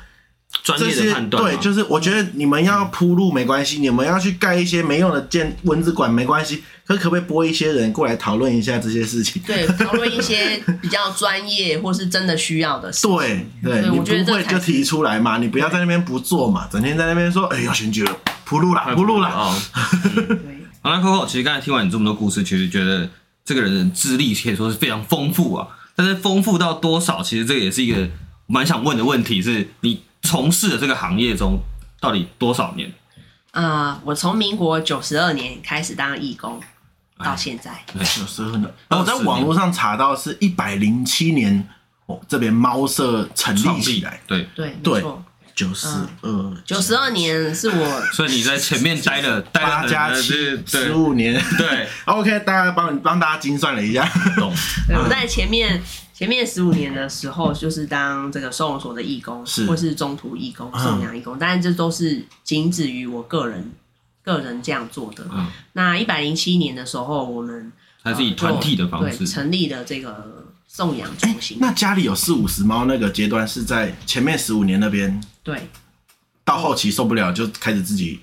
A: 专
B: 这
A: 业的
B: 些
A: 判断啊嘛，
B: 对，就是我觉得你们要铺路没关系，你们要去盖一些没用的建文字馆没关系，可可不可以拨一些人过来讨论一下这些事情？
C: 对，讨论一些比较专业或是真的需要的事。
B: 对对，
C: 对
B: 你
C: 我觉得
B: 不
C: 这
B: 会
C: 才
B: 就是提出来嘛，你不要在那边不做嘛，整天在那边说，哎、要选举了，铺路
A: [LAUGHS]
B: 啦，铺路啦。
A: 啊。
C: 对，
A: 好了，Coco，其实刚才听完你这么多故事，其实觉得这个人的资历可以说是非常丰富啊。但是丰富到多少，其实这个也是一个蛮想问的问题，是你从事的这个行业中到底多少年？
C: 呃，我从民国九十二年开始当义工，到现在，
B: 有时候呢，我在网络上查到是一百零七年，哦，这边猫舍成
A: 创
B: 立
A: 立
B: 起来，
A: 对，
C: 对，没
B: 对
C: 错，
B: 九十二
C: 九十二年是我
A: 所以你在前面待
B: [LAUGHS]
A: 了待了
B: 八
A: 很
B: 加
A: 呃
B: 七
A: 是
B: 十
A: 对
B: 五年。 [LAUGHS]
A: 对
B: OK，大家帮你帮大家精算了一下，
A: 懂
C: 对，
A: 嗯
C: 我在前面前面十五年的时候，就是当这个收容所的义工，
B: 是
C: 或是中途义工、
B: 嗯
C: 送养义工，但是这都是仅止于我个人个人这样做的。
A: 嗯
C: 那一百零七年的时候，我们
A: 它是以
C: 呃就
A: 团体的方
C: 对
A: 式哎
C: 成立了这个送养中心。
B: 那家里有四五十猫那个阶段是在前面十五年那边，
C: 对，
B: 到后期受不了就开始自己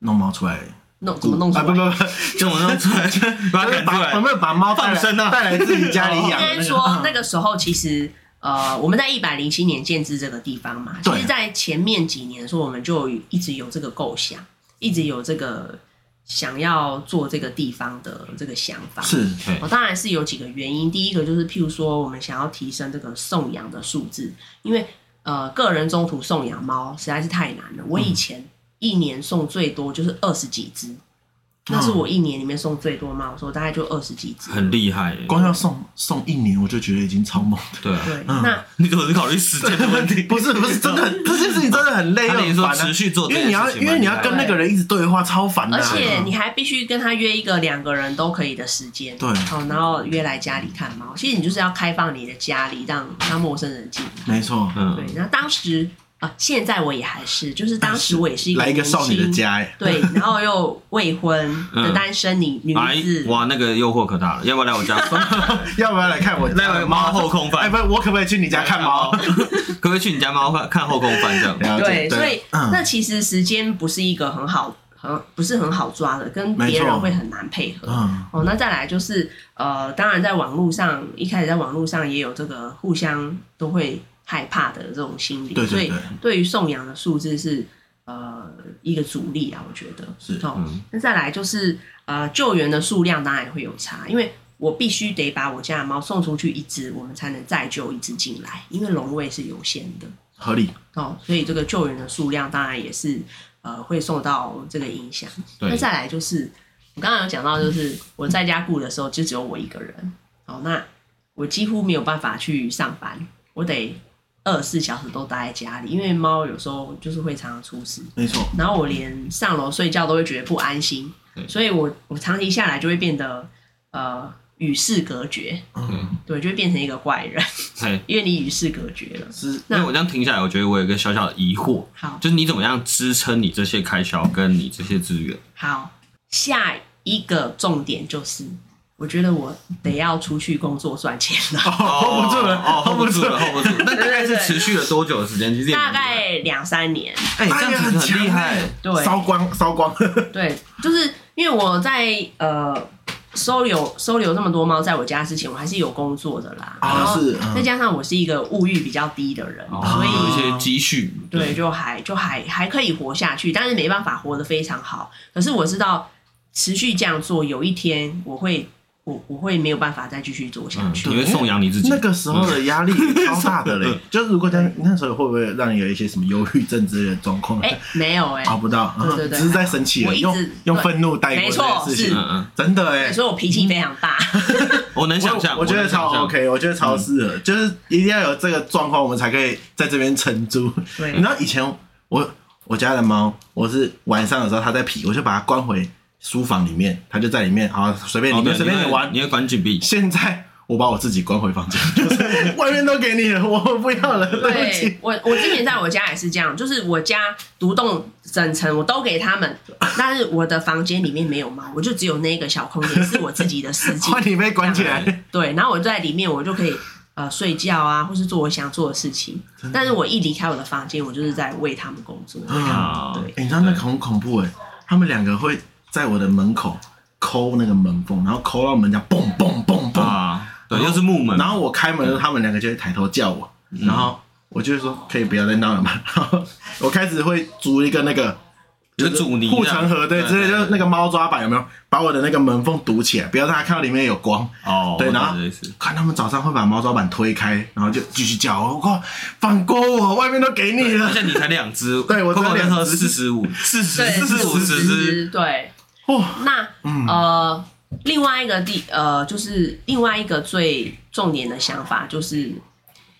B: 弄猫出来，
C: 弄怎么弄出
B: 啊
C: 来？
B: 不不不，
A: 怎么弄出来？ [LAUGHS] 把它
B: 就是
A: 赶出
B: 把有
A: 来
B: 没有把猫带
A: 放生
B: 来
A: 啊
B: 带来自己家里
C: 应
B: 养的
C: 该
B: 那个？
C: 说
B: 嗯
C: 那个时候其实。呃，我们在一百零七年建制这个地方嘛，其
B: 对
C: 实，在前面几年的时候，我们就一直有这个构想，一直有这个想要做这个地方的这个想法。
B: 是
A: 对
C: 哦，当然是有几个原因。第一个就是，譬如说，我们想要提升这个送养的数字，因为呃，个人中途送养猫实在是太难了。我
B: 嗯
C: 以前一年送最多就是二十几只，那
B: 嗯
C: 是我一年里面送最多猫，我说大概就二十几只。
A: 很厉害耶，
B: 光要送送一年，我就觉得已经超猛的。 [LAUGHS]
A: 对啊，
C: 对，
B: 嗯
C: 那
A: 你怎么是考虑时间的问题？
B: 不是不是，真的很这件事情真的很累，又
A: 他等于
B: 很
A: 说
B: 烦啊
A: 持续做这
B: 因
A: 件
B: 为你
A: 事情
B: 要
A: 嘛，
B: 因为你要跟那个人一直对话，超烦的啊。
C: 而且你还必须跟他约一个两个人都可以的时间，
B: 对
C: 好，然后约来家里看猫。其实你就是要开放你的家里，让让陌生人进来。
B: 没错，
A: 嗯
C: 对，，那当时啊、现在我也还是，就是当时我也是一个
B: 来一个少女的
C: 年轻，
B: 家，哎，
C: 对，然后又未婚
A: 嗯
C: 的单身女、
A: 哎
C: 女子，
A: 哇，那个诱惑可大了，要不要来我家？
B: [LAUGHS] 要不要来看我家
A: 来
B: 的
A: 我猫后空翻
B: 哎，不，我可不可以去你家看猫？
A: 可不可以去你家猫看看后空翻这样？
B: 了解
C: 对，所以、
B: 嗯
C: 那其实时间不是一个很好、很不是很好抓的，跟
B: 没
C: 别
B: 错
C: 人会很难配合。
B: 嗯，
C: 哦，那再来就是呃，当然在网络上，一开始在网络上也有这个互相都会害怕的这种心理，
B: 对对
C: 所
B: 对
C: 以对于送养的数字是呃一个阻力啊，我觉得
B: 是
C: 哦
A: 嗯。
C: 那、再来就是呃救援的数量当然也会有差，因为我必须得把我家的猫送出去一只，我们才能再救一只进来，因为笼位是有限的。
B: 合理。
C: 哦，所以这个救援的数量当然也是呃会受到这个影响。
A: 对
C: 那再来就是我刚刚有讲到，就是我在家顾的时候就只有我一个人，哦，那我几乎没有办法去上班，我得二十四小时都待在家里，因为猫有时候就是会常常出事，
B: 没错，
C: 然后我连上楼睡觉都会觉得不安心，
A: 对
C: 所以我我长期下来就会变得呃与世隔绝，
B: 嗯，
C: 对，就会变成一个怪人，
A: 嘿，
C: 因为你与世隔绝了。
B: 是
A: 那我这样停下来，我觉得我有一个小小的疑惑，
C: 好，
A: 就是你怎么样支撑你这些开销跟你这些资源？
C: 好，下一个重点就是，我觉得我得要出去工作赚钱
B: [LAUGHS]
C: 了，
B: hold 不住了
A: 哦，hold 不住了
B: 了，
A: ，hold 不住。那大概是
C: 对对对
A: 持续了多久的时间？其实也蛮
C: 大
A: 厉害
C: 概两三年。
A: 哎，这样子很厉
B: 哎
A: 害
B: 呀很，
C: 对
B: 烧光烧
C: [LAUGHS]
B: 光，
C: 对，就是因为我在呃收留收留那么多猫在我家之前，我还是有工作的啦。
B: 啊
C: 然后
B: 是啊嗯
C: 再加上我是一个物欲比较低的人，
A: 哦
C: 所以
A: 有一些积蓄，
C: 对，，就还就还还可以活下去，但是没办法活得非常好。可是我知道，持续这样做，有一天我会我我会没有办法再继续做下
A: 嗯
C: 去。
A: 你会颂扬你自己
B: 哎那。个时候的
C: [LAUGHS]
B: 压力超大的嘞。就是如果在那时候会不会让你有一些什么忧郁症之类的状况？
C: 哎、没有哎、
B: 熬不到，
C: 对
B: 嗯
C: 对对
B: 只是在生气而
C: 我
B: 已，
C: 一直
B: 用
C: 对
B: 用愤怒带过
C: 没
B: 这
C: 错
B: 件事
C: 是
B: 情，
A: 嗯嗯，
B: 真的哎。
C: 所以我脾气非常 [LAUGHS] 大。
A: 我能想象，
B: 我我觉得
A: 能想
B: 超
A: 象哦嗯
B: OK，我觉得超适合，就是一定要有这个状况，我们才可以在这边撑住。
A: 嗯
C: 对
B: 你知道以前我我家的猫，我是晚上的时候它在皮，我就把它关回书房里面，它就在里面，好随便你
A: 哦对
B: 们随便
A: 会
B: 你玩。
A: 你会管紧闭，
B: 现在我把我自己关回房间， [LAUGHS] 就是外面都给你了，我不要了，对不起
C: 对。我，我之前在我家也是这样，就是我家独栋整层我都给他 [LAUGHS] 们，但是我的房间里面没有猫，我就 [LAUGHS] 只有那个小空间是我自己的世界。
B: 换你被关起来，
C: 对，然后我在里面我就可以呃睡觉啊，或是做我想做的嗯事情
B: 真的。
C: 但是我一离开我的房间，我就是在为他们工作，为他
A: 啊
C: 们对。
B: 欸你知道那个很恐怖哎、他们两个会在我的门口抠那个门缝，然后抠到门这样蹦蹦蹦蹦，
A: 啊，对，又是木门，
B: 然后我开门嗯的时候，他们两个就会抬头叫我，然后我就会说可以不要再闹了嘛。 [LAUGHS] 然后我开始会租一个那个
A: 有个阻尼
B: 护城河，对，之类就是那个猫抓板有没有？把我的那个门缝堵起来，不要让它看到里面有光。
A: 哦，
B: 对，然
A: 我
B: 后
A: 懂这意思
B: 看他们早上会把猫抓板推开，然后就继续叫我，我放过我，外面都给你了
A: 而。且你才两只，
B: [LAUGHS] 对我只有
A: 那时
B: 两
A: 候
B: 只
A: 四十五、四十、
C: 对，
A: 四十五
C: 40
A: 十只，
C: 对。
B: 哦，
C: 那、呃，另外一个地呃，就是另外一个最重点的想法就是，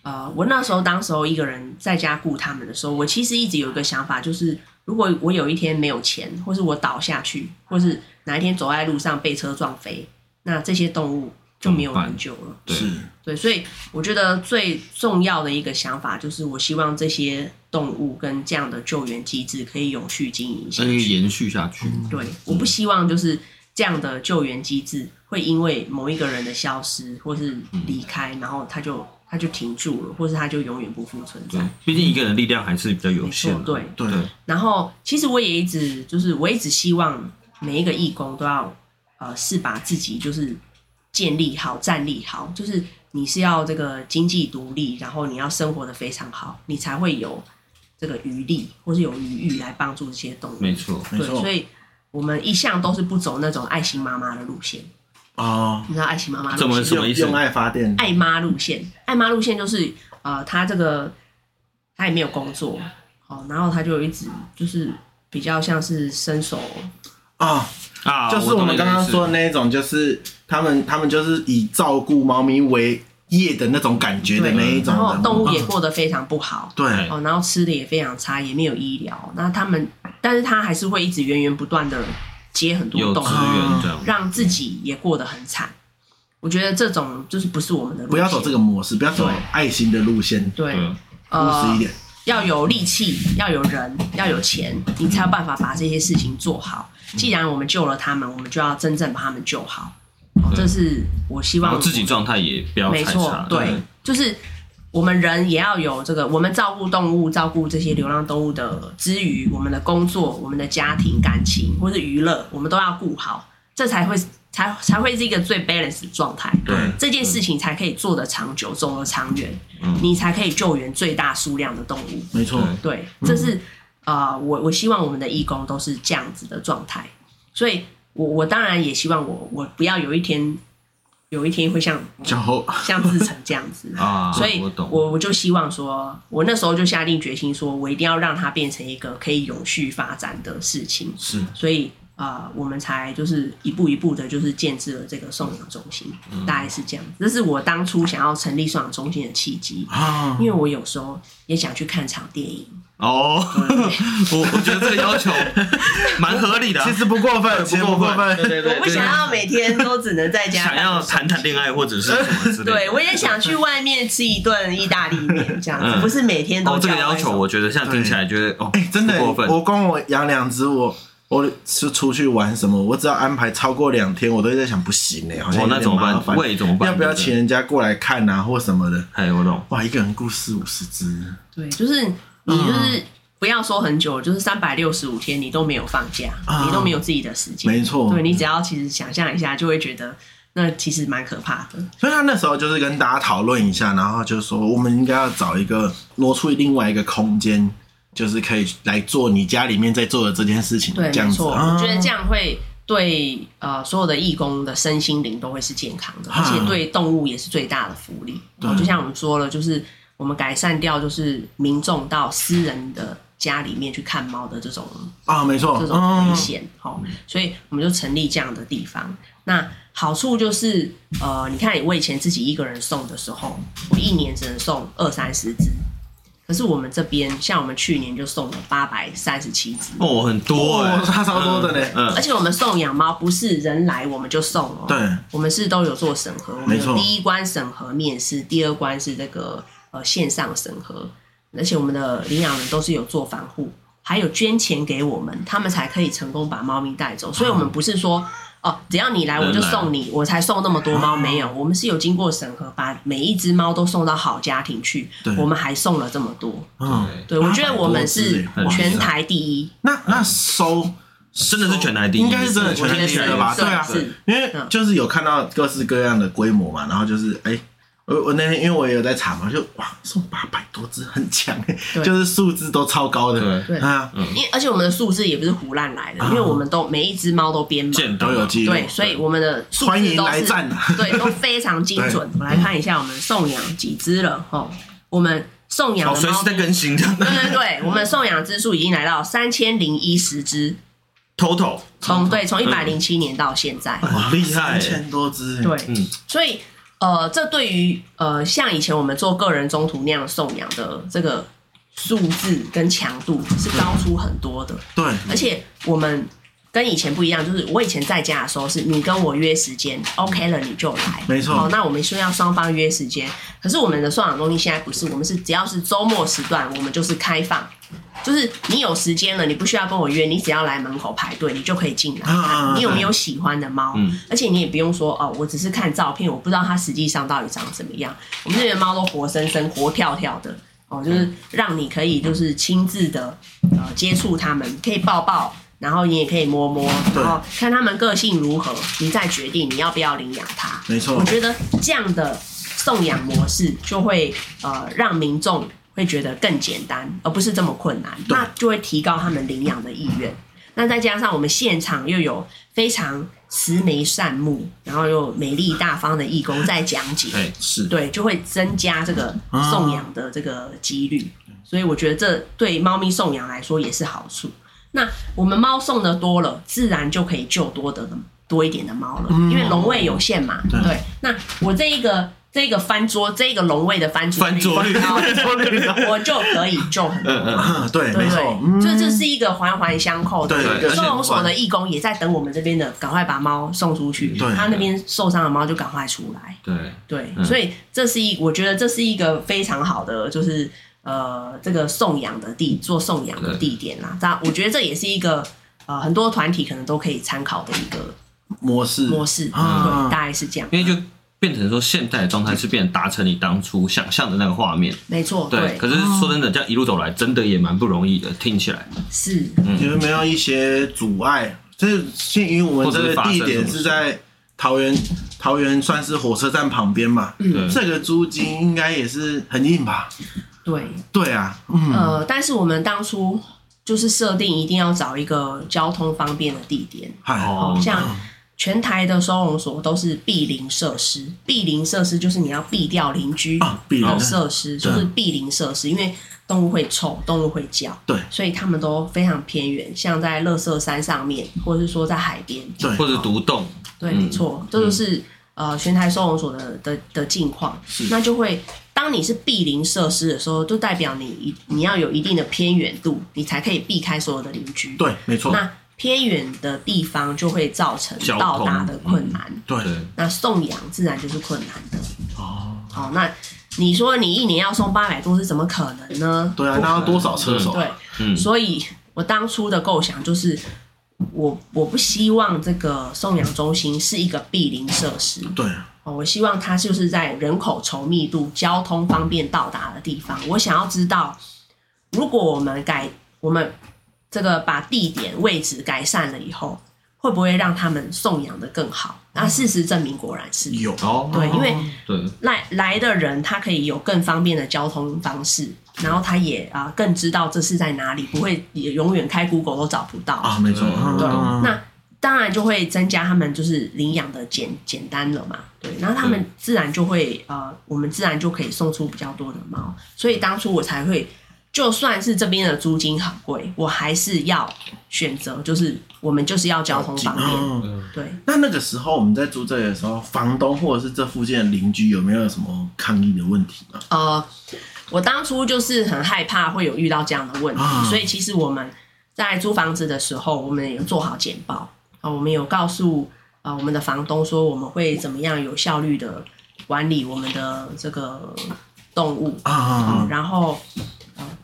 C: 呃，我那时候当时候一个人在家顾他们的时候，我其实一直有一个想法，就是如果我有一天没有钱，或是我倒下去，或是哪一天走在路上被车撞飞，那这些动物就没有
A: 怎么
C: 人
A: 办
C: 救了。
A: 对
B: 是
C: 对，所以我觉得最重要的一个想法就是，我希望这些动物跟这样的救援机制可以永续经营下
A: 那就
C: 去。
A: 延续下去。
B: 嗯
C: 对，我不希望就是这样的救援机制会因为某一个人的消失或是离开，然后他就他就停住了，或是他就永远不复存在
A: 对。，毕竟一个人力量还是比较有限的。
C: 没错对
B: 对
C: 然后其实我也一直就是我一直希望每一个义工都要呃是把自己就是建立好、站立好，就是你是要这个经济独立，然后你要生活的非常好，你才会有这个余力或是有余裕来帮助这些动物。
A: 没错。
B: 没
C: 对，
B: 错
C: 所以我们一向都是不走那种爱心妈妈的路线。
B: 哦，
C: 你知道爱情妈妈
A: 怎
C: 路
A: 么
C: 线？
A: 什么意思
B: 用爱发电，
C: 爱妈路线，爱妈路线就是呃，她这个她也没有工作，哦，然后她就一直就是比较像是伸手，
B: 啊，
A: 啊，
B: 就是我
A: 懂
B: 们
A: 你的
B: 刚刚
A: 意思
B: 说的那一种，就是他们他们就是以照顾猫咪为业的那种感觉的那一种
C: 然
B: 的
C: 后动物也
B: 嗯
C: 过得非常不
B: [LAUGHS]
C: 好，
B: 对，
C: 哦，然后吃的也非常差，也没有医疗，那他们，但是他还是会一直源源不断的接很多
A: 有
C: 动
A: 资
C: 物，
B: 啊
A: 源这样，
C: 让自己也过得很惨。我觉得这种就是不是我们的路线，
B: 不要走这个嗯模式，不要走
C: 对
B: 爱心的路线，
C: 对，
A: 对，
B: 务
C: 呃
B: 实一，点。
C: 要有力气，要有人，要有钱，你才有办法把这些事情做好。
A: 嗯
C: 既然我们救了他们，我们就要真正把他们救好。哦，
A: 对
C: 这是我希
A: 然
C: 望
A: 后自己状态也不要
C: 没
A: 太
C: 错
A: 差，，
C: 对，就是我们人也要有这个，我们照顾动物、照顾这些流浪动物的之余，我们的工作、我们的家庭、感情或是娱乐，我们都要顾好，这才会才才会是一个最 balance 的状态。
B: [LAUGHS] 哦
A: 对
C: 这件事情才可以做得长久，走得长远，
A: 嗯
C: 你才可以救援最大数量的动物。
B: 没错，
A: 对
C: 对，这是啊、呃我我希望我们的义工都是这样子的状态，所以我我当然也希望我我不要有一天有一天会像
B: 然后
C: 像志成这样子
A: [LAUGHS] 啊，
C: 所以
A: 我懂，
C: 我我就希望说，我那时候就下定决心说，我一定要让它变成一个可以永续发展的事情，
B: 是
C: 所以啊、呃我们才就是一步一步的，就是建制了这个送养中心，
A: 嗯
C: 大概是这样子。这是我当初想要成立送养中心的契机，
B: 啊
C: 因，为我有时候也想去看场电影，
A: 哦，我我觉得这个要
B: [LAUGHS]
A: 求蛮合理的啊，
B: 其实不过分，其实不过
A: 对
B: 分，
A: 对对，
C: 我不想
A: 对
C: 要每天都只能在家
A: 想要谈谈恋爱或者是什么之类的，
C: 对，我也想去外面吃一顿意大利面，这样子
A: 嗯
C: 不是每天都
A: 哦，这个
C: 叫
A: 要
C: 外
A: 求
C: 送
A: 我觉得现在听起来觉得哦，
B: 哎，真的
A: 不过分
B: 欸，我光我养两只，我我是出去玩什么，我只要安排超过两天，我都会在想，不行哎，好像
A: 哦，那
B: 有点
A: 怎么
B: 麻
A: 办？
B: 烦
A: 喂，怎么办？
B: 要不要
A: 对对
B: 请？人家过来看啊，或什么的？
A: 哎，我懂，
B: 哇，一个人雇四五十只，
C: 对，就是你
A: 嗯
C: 就是不要说很久，就是三百六十五天你都没有放假，
B: 啊
C: 你都没有自己的时间，
B: 没错
C: 对你只要其实想象一下，就会觉得那其实蛮可怕的。
B: 所以他那时候就是跟大家讨论一下，然后就说我们应该要找一个挪出另外一个空间，就是可以来做你家里面在做的这件事情，
C: 对，
B: 这样
C: 没
B: 子。
C: 错，
B: 啊
C: 我觉得这样会对呃所有的义工的身心灵都会是健康的，
B: 啊
C: 而且对动物也是最大的福利。
B: 对
C: 哦就像我们说了，就是我们改善掉就是民众到私人的家里面去看猫的这种
B: 啊，没错
C: 这，种
B: 嗯
C: 危，险，好、所以我们就成立这样的地方。那好处就是，呃，你看我以前自己一个人送的时候，我一年只能送二三十只，可是我们这边像我们去年就送了八百三十七只，
A: 哦，很多哎
B: 哦，差超多的呢
A: 嗯，
C: 而且我们送养猫不是人来我们就送哦，
B: 对，
C: 我们是都有做审核，我们
B: 没错
C: 有第一关审核面试，第二关是这个呃线上审核，而且我们的领养人都是有做防
B: 嗯
C: 护，还有捐钱给我们，他们才可以成功把猫咪带走。所以，我们不是说哦、哦，只要你来我就送你，我才送那么多猫。没有，我们是有经过审核，把每一只猫都送到好家庭去
B: 对，
C: 我们还送了这么多。
B: 嗯，
C: 对，我觉得我们是
B: 800多只欸
C: 全台第一。
B: 那那收
A: 真的是全台第一，
B: 应该是真的全
C: 我觉
B: 台
C: 得
B: 第一
C: 是
B: 了吧？
C: 对
B: 对啊
C: 是，嗯
B: 因为就是有看到各式各样的规模嘛，然后就是哎。我我那天因为我也有在查嘛，就哇送八百多只很强、欸，
C: 对
B: 就是数字都超高的，
A: 对
C: 对嗯
B: 啊，
C: 因为而且我们的数字也不是胡乱来的，因为我们都每一只猫都编码，
A: 啊见到
B: 都有记录，
C: 对，所以我们的数
B: 欢
C: 字
B: 迎
C: 都
B: 来
C: 是
B: 战啊
C: [LAUGHS] 对都非常精准。我来看一下我们送养几只了哦，我们送养
A: 哦，
C: 的
A: 随
C: 猫
A: 时在更新的
C: 对对对，我们送养只数已经来到三千零一十只，
A: ，total
C: 从对
A: 嗯
C: 从一百零七年到现在，
A: 哇厉害
B: 三，千多只、欸，
C: 对，
A: 哦嗯
C: 所以呃，这对于呃像以前我们做个人中途那样送养的这个数字跟强度是高出很多的，
B: 对，
C: 而且我们。跟以前不一样，就是我以前在家的时候，是你跟我约时间，OK 了你就来，
B: 没错
C: 哦，那我们是要双方约时间，可是我们的送养中心现在不是，我们是只要是周末时段，我们就是开放，就是你有时间了，你不需要跟我约，你只要来门口排队，你就可以进来。
B: 啊啊啊
C: 你有没有喜欢的猫？
A: 嗯
C: 而且你也不用说哦，我只是看照片，我不知道它实际上到底长什么样。我们这边的猫都活生生、活跳跳的哦，就是让你可以就是亲自的呃接触它们，可以抱抱。然后你也可以摸摸，
B: 对
C: 然后看它们个性如何，你再决定你要不要领养它。
B: 没错
C: 我觉得这样的送养模式就会呃让民众会觉得更简单，而不是这么困难，
B: 对
C: 那就会提高他们领养的意愿。那再加上我们现场又有非常慈眉善目，然后又美丽大方的义工在讲解，
A: 对，
B: 哎是，
C: 对，就会增加这个
B: 啊
C: 送养的这个几率。所以我觉得这对猫咪送养来说也是好处。那我们猫送的多了，自然就可以救多的多一点的猫了，因为笼位有限嘛。
B: 对
C: 对，那我这一个这个翻桌，这个笼位的翻桌
A: 翻桌率
C: 高，我就可以救很多。
A: 嗯嗯，
B: 啊，对，
C: 对
B: 没
C: 不
B: 错，
C: 对，这这是一个环环相扣的。
B: 对
A: 对
C: 收容所
B: 而且
C: 的义工也在等我们这边的，赶快把猫送出去。
B: 对
C: 他那边受伤的猫就赶快出来。
A: 对，
C: 对，
A: 嗯
C: 所以这是一，我觉得这是一个非常好的，就是呃，这个送养的地做送养的地点啦。这样我觉得这也是一个呃，很多团体可能都可以参考的一个
B: 模式
C: 模式，
B: 啊
C: 对，大概是这样。
A: 因为就变成说现在的状态是变成达成你当初想象的那个画面，
C: 没错，
A: 对。
C: 对，
A: 可是说真的，这样一路走来，真的也蛮不容易的，听起来，
C: 是，
A: 嗯
B: 嗯有没有一些阻碍？这鉴于我们这个地点是在桃园，桃园算是火车站旁边嘛，
C: 嗯
A: 对
B: 这个租金应该也是很硬吧？
C: 对，
B: 对啊，嗯，
C: 呃，但是我们当初就是设定一定要找一个交通方便的地点，
B: 嗨，
A: 哦
C: 哦，像全台的收容所都是避邻设施，避邻设施就是你要避掉邻居
B: 啊避邻
C: 哦设施，就是避邻设施，因为动物会臭，动物会叫，
B: 对
C: 所以他们都非常偏远，像在乐色山上面，或者是说在海边，
B: 对，
A: 或者独栋，
C: 对，
A: 嗯
C: 没错，这就是呃全台收容所的的的境况。那就会，当你是避邻设施的时候，就代表你一你要有一定的偏远度，你才可以避开所有的邻居。
B: 对，没错，
C: 那偏远的地方就会造成
A: 交通
C: 到达的困难，
B: 对，
A: 对，
C: 那送养自然就是困难的。
B: 哦，
C: 好，那你说你一年要送八百多只，怎么可能呢？
B: 对啊，那要多少车手？
C: 对，
A: 嗯
C: 所以我当初的构想就是，我我不希望这个送养中心是一个避邻设施，
B: 对，
C: 哦，我希望它就是在人口稠密度、交通方便到达的地方。我想要知道，如果我们改我们这个把地点位置改善了以后，会不会让他们送养的更好？那事实证明，果然是
B: 有，
A: 哦，
C: 对，因为
A: 对，
C: 来来的人他可以有更方便的交通方式，然后他也啊、更知道这是在哪里，不会也永远开 Google 都找不到。
B: 啊，没错，
A: 对
C: 对，
B: 嗯
C: 那当然就会增加他们就是领养的简简单了嘛，对，然后他们自然就会呃，我们自然就可以送出比较多的猫，所以当初我才会，就算是这边的租金很贵，我还是要选择，就是我们就是要交通方便，
B: 嗯
C: 对，
B: 那那个时候我们在租这里的时候，房东或者是这附近的邻居有没有什么抗议的问题吗？
C: 呃，我当初就是很害怕会有遇到这样的问题，
B: 啊
C: 所以其实我们在租房子的时候，我们有做好简报啊、我们有告诉啊、我们的房东说我们会怎么样有效率的管理我们的这个动物，
B: 啊啊啊
C: 然后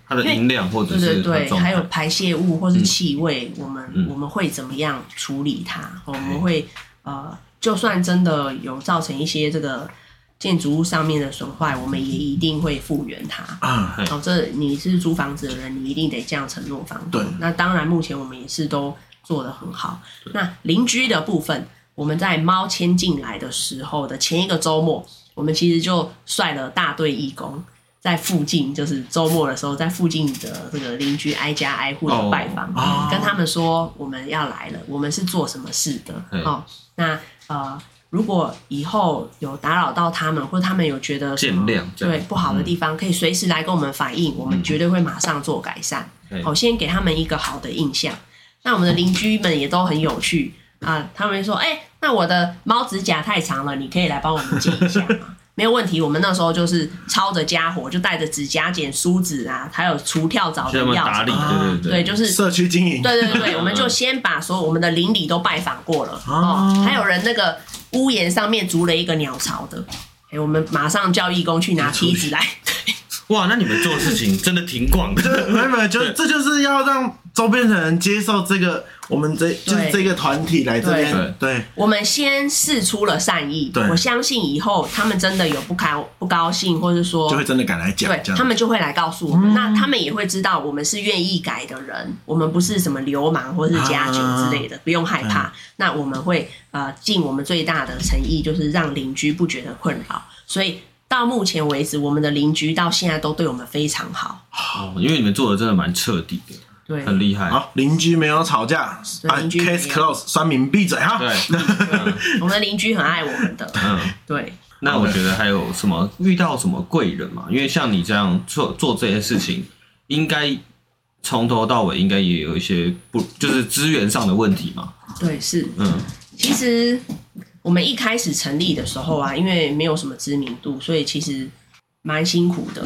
A: 它的音量或者
C: 对
A: 是
C: 对
A: 它的
C: 对，
A: 状
C: 还
A: 态
C: 有排泄物或是气味，我们
A: 嗯
C: 我们会怎么样处理它？我们会呃，就算真的有造成一些这个建筑物上面的损坏，我们也一定会复原它。
B: 啊，
A: 对
C: 哦，这你是租房子的人，你一定得这样承诺房东
B: 对。
C: 那当然，目前我们也是都做得很好。那邻居的部分，我们在猫迁进来的时候的前一个周末，我们其实就率了大队义工，在附近，就是周末的时候，在附近的这个邻居挨家挨户的拜访，
B: 哦
C: 跟他们说我们要来了，我们是做什么事的。
A: 对
C: 哦，那呃。如果以后有打扰到他们，或者他们有觉得什么
A: 见谅这样嗯
C: 对不好的地方，可以随时来跟我们反映，我们绝对会马上做改善。
A: 对
C: 好，先给他们一个好的印象。那我们的邻居们也都很有趣啊、他们说：“哎、那我的猫指甲太长了，你可以来帮我们剪一下吗？” [LAUGHS] 没有问题，我们那时候就是抄着家伙，就带着指甲剪、梳子啊，还有除跳蚤
A: 去
C: 的
A: 他们
C: 药
A: 打
C: 材，
A: 理，对对
C: 对，就是
B: 社区经营，
C: 对对对对，我们就先把所有我们的邻里都拜访过了哦
B: 哦，
C: 还有人那个屋檐上面筑了一个鸟巢的，哎、我们马上叫义工去拿梯子来，
A: 哇，那你们做事情真的挺广的，
B: 没有没有，就是这就是要让周边的人接受这个，我们这就是这个团体来这边，对，
C: [LAUGHS] 我们先试出了善意
B: 对，
C: 我相信以后他们真的有不开不高兴，或是说
B: 就会真的敢来讲
C: 对，
B: 这
C: 他
B: 样。
C: 们就会来告诉我们，那他们也会知道我们是愿意改的人，我们不是什么流氓或是
B: 啊
C: 家酒之类的，不用害怕。
B: 嗯
C: 那我们会呃尽我们最大的诚意，就是让邻居不觉得困扰。所以到目前为止，我们的邻居到现在都对我们非常好。
A: [LAUGHS] 哦因为你们做的真的蛮彻底的，
C: 对，
A: 很厉害。
B: 好，邻居没有吵架，啊
C: 对邻居没有
B: ，case close，酸民闭嘴哈。
A: 对，嗯
C: 我们的邻居很爱我们的。
A: 嗯，
C: 对，
A: 那我觉得还有什么遇到什么贵人嘛？因为像你这样做做这些事情，应该从头到尾应该也有一些不就是资源上的问题嘛。
C: 对是。
A: 嗯，
C: 其实我们一开始成立的时候啊，因为没有什么知名度，所以其实蛮辛苦的。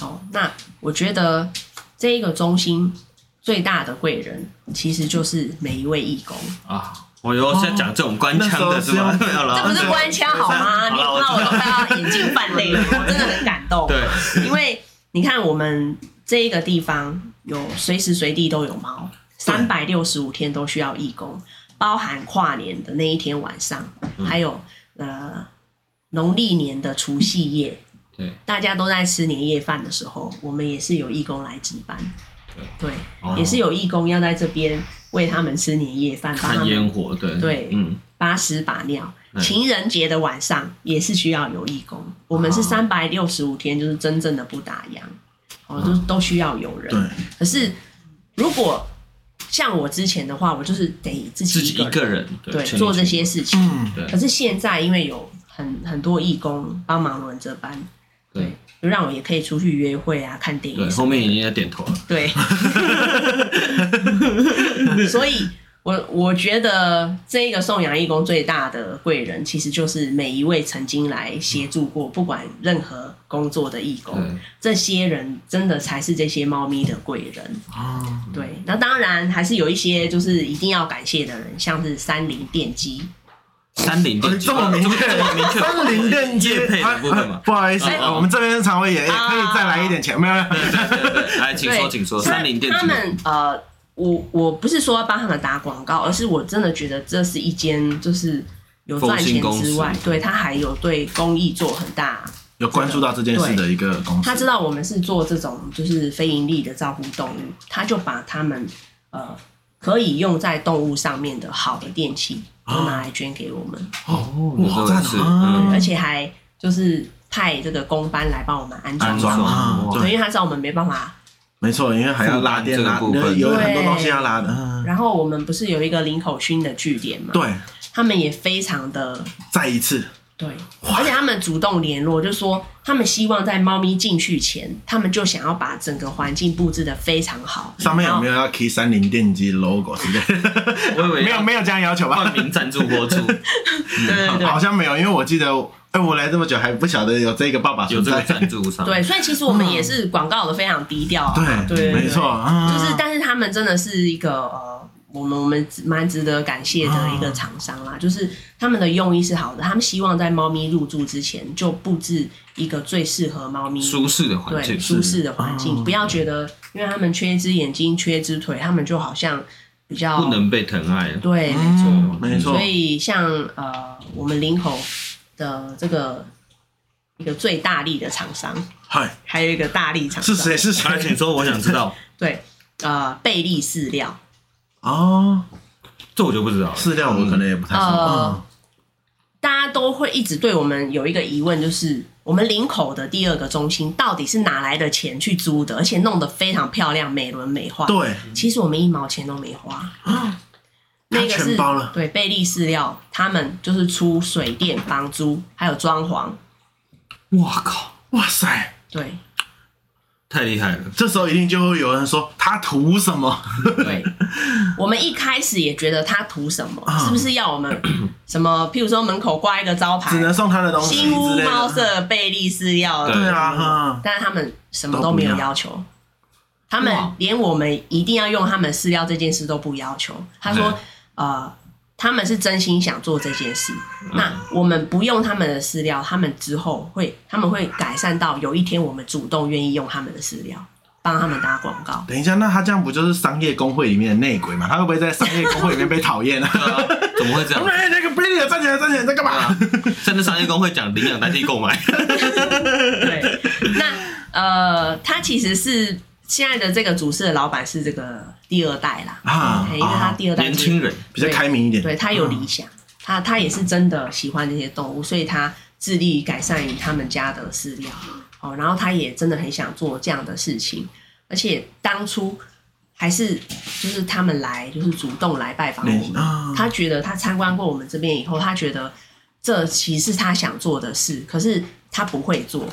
C: 哦，那我觉得这一个中心最大的贵人，其实就是每一位义工。
A: 啊，我有在讲这种官腔的是
B: 那
A: 吗？
B: 时候
A: 没
B: 是
A: 有
B: 用
A: 啦
C: 这不是官腔好吗？你
A: 好了
C: 看到我都快要眼睛泛泪了，我真的很感
A: [LAUGHS] [LAUGHS]
C: 动。
A: 对，
C: 因为你看我们这一个地方有随时随地都有猫，三百六十五天都需要义工，包含跨年的那一天晚上，
A: 嗯
C: 还有呃农历年的除夕夜，
A: 对，
C: 大家都在吃年夜饭的时候，我们也是有义工来值班，对，
A: 哦
C: 也是有义工要在这边为他们吃年夜饭，帮他
A: 看
C: 们
A: 烟火，对
C: 对
A: 嗯，
C: 把屎把尿。
A: 嗯
C: 情人节的晚上也是需要有义工，我们是三百六十五天，就是真正的不打烊，哦，就是都需要有人。
B: 对，
C: 可是如果像我之前的话，我就是得自
A: 自
C: 己
A: 己
C: 一个
A: 一
C: 人
A: 个人
C: 对做这些，事情。
B: 嗯，
A: 对
C: 可是现在因为有很很多义工帮忙轮着班，
A: 对，
C: 就让我也可以出去约会啊、看电
A: 对，
C: 影什
A: 后
C: 么的。
A: 面已经在点头了。
C: 对，所以我我觉得这个送养义工最大的贵人，其实就是每一位曾经来协助过，不管任何工作的义工
A: 对，
C: 这些人真的才是这些猫咪的贵人。
B: 哦，
C: 对，那当然还是有一些就是一定要感谢的人，像是三菱电机。
A: 三菱电机
B: 哦这么明确，
A: 这么明确，
B: 三菱电机
A: 业配的部分嘛
B: 啊啊。不好意思，
A: 哎
B: 啊我们这边肠胃炎，
C: 啊
B: 可以再来一点钱，没有？没有
A: [LAUGHS] 对对对，来，请说，
C: 对
A: 请说，
C: 所以
A: 三菱电
C: 他
A: 机，
C: 们呃，我我不是说要帮他们打广告，而是我真的觉得这是一间就是有赚钱之
A: 奉
C: 外
A: 献公，司
C: 对他还有对公益做很大。
B: 有关注到这件事的一个公司，
C: 他知道我们是做这种就是非盈利的照顾动物，他就把他们呃可以用在动物上面的好的电器都拿来捐给我们，
B: 哦
A: 我
B: 好
A: 真
B: 赞
A: 的是，
B: 啊！
A: 嗯，
C: 而且还就是派这个公班来帮我们安装
A: 安。装
B: 啊
A: 哇
C: 对，因为他知道我们没办法
B: 没错，因为还要拉电拉，
A: 负担这个部分
B: 有很多东西要拉的。嗯
C: 然后我们不是有一个林口勋的据点嘛？，
B: 对，
C: 他们也非常的
B: 再一次，
C: 对，而且他们主动联络，就说他们希望在猫咪进去前，他们就想要把整个环境布置的非常好。
B: 上面有没
C: 有？
B: 有要 K 三菱电机 logo 之类的？
A: 我以为
B: 没有，
A: 要
B: 没有这样要求吧
A: 冠？名赞助播
C: [LAUGHS]
A: 出，
C: 对对对
B: 好像没有，因为我记得，哎，我来这么久还不晓得有这个爸爸
A: 有
B: 存
A: 这个
B: 在。
A: 赞助商，
C: 对，所以其实我们也是广告的非常低调啊。对对，
B: 嗯对，
C: 对
B: 没错，，
C: 就
B: 啊
C: 是但是他们真的是一个呃。我们我们蛮值得感谢的一个厂商
B: 嗯
C: 啦，就是他们的用意是好的，他们希望在猫咪入住之前就布置一个最适合猫咪
A: 舒适的环
C: 对
A: 境，
C: 舒适的环境，不要觉得因为他们缺一只眼睛、缺一只腿，他们就好像比较
A: 不能被疼爱了。
C: 哦对，没错。
B: 嗯，没错
C: 所，以像呃，我们林口的这个一个最大力的厂商，
B: 嗨，
C: 还有一个大力厂
B: 是
C: 商
B: 谁？是 [LAUGHS]
A: 来，哎
B: 谁？
A: 请说，我想知
C: [LAUGHS]
A: 道，
C: 对，呃，贝利饲料，
B: 哦，
A: 这我就不知道了。
B: 饲料我可能也不太熟。
C: 呃
B: 嗯
C: 大家都会一直对我们有一个疑问，就是我们林口的第二个中心到底是哪来的钱去租的，而且弄得非常漂亮，美轮美奂。
B: 对，
C: 其实我们一毛钱都没花，那个
B: 啊全
C: 是
B: 包了
C: 对贝利饲料，他们就是出水电、房租还有装潢，
A: 哇靠，
B: 哇塞，
C: 对
A: 太厉害了！ [LAUGHS]
B: 这时候一定就会有人说他图什么？ [LAUGHS]
C: 对。我们一开始也觉得他图什么，
B: 啊
C: 是不是要我
B: [COUGHS]
C: 们什么？譬如说门口挂一个招
B: 只
C: 牌
B: 能送他的东
C: “
B: 西
C: 新
B: 之
C: 屋
B: 类
C: 猫
B: 的。
C: 舍贝利饲料”，
A: 对
B: 对啊，哈，
C: 但是他们什么都没有要求，他们
A: 哇
C: 连我们一定要用他们饲料这件事都不要求。他说
A: 嗯，
C: 呃，他们是真心想做这件事，那我们不用他们的饲料，他们之后会他们会改善到有一天我们主动愿意用他们的饲料，帮他们打广告。
B: 等一下，那他这样不就是商业工会里面的内鬼吗？他会不会在商业工会里面被讨厌
C: [LAUGHS]
B: 啊？
A: 对啊，怎么会这
B: 他
A: 样
B: 们？哎，那个 b i l 站起来，站起来，你在干
A: 对啊
B: 嘛？，
A: 甚至商业工会讲领养代替购
C: [LAUGHS]
A: 买，
C: [LAUGHS] 对，那呃，他其实是现在的这个主事的老板是这个第二代啦，
B: 啊
C: 啊，因为他第二代
A: 年
C: 是
A: 轻人
B: 比较开明一点。
C: 对他有理想，他他也是真的喜欢这些动物，所以他致力改善于他们家的饲料。哦，然后他也真的很想做这样的事情，而且当初还是就是他们来，就是主动来拜访我
B: 嗯
C: 们。
B: 啊，
C: 他觉得他参观过我们这边以后，他觉得这其实是他想做的事，可是他不会做。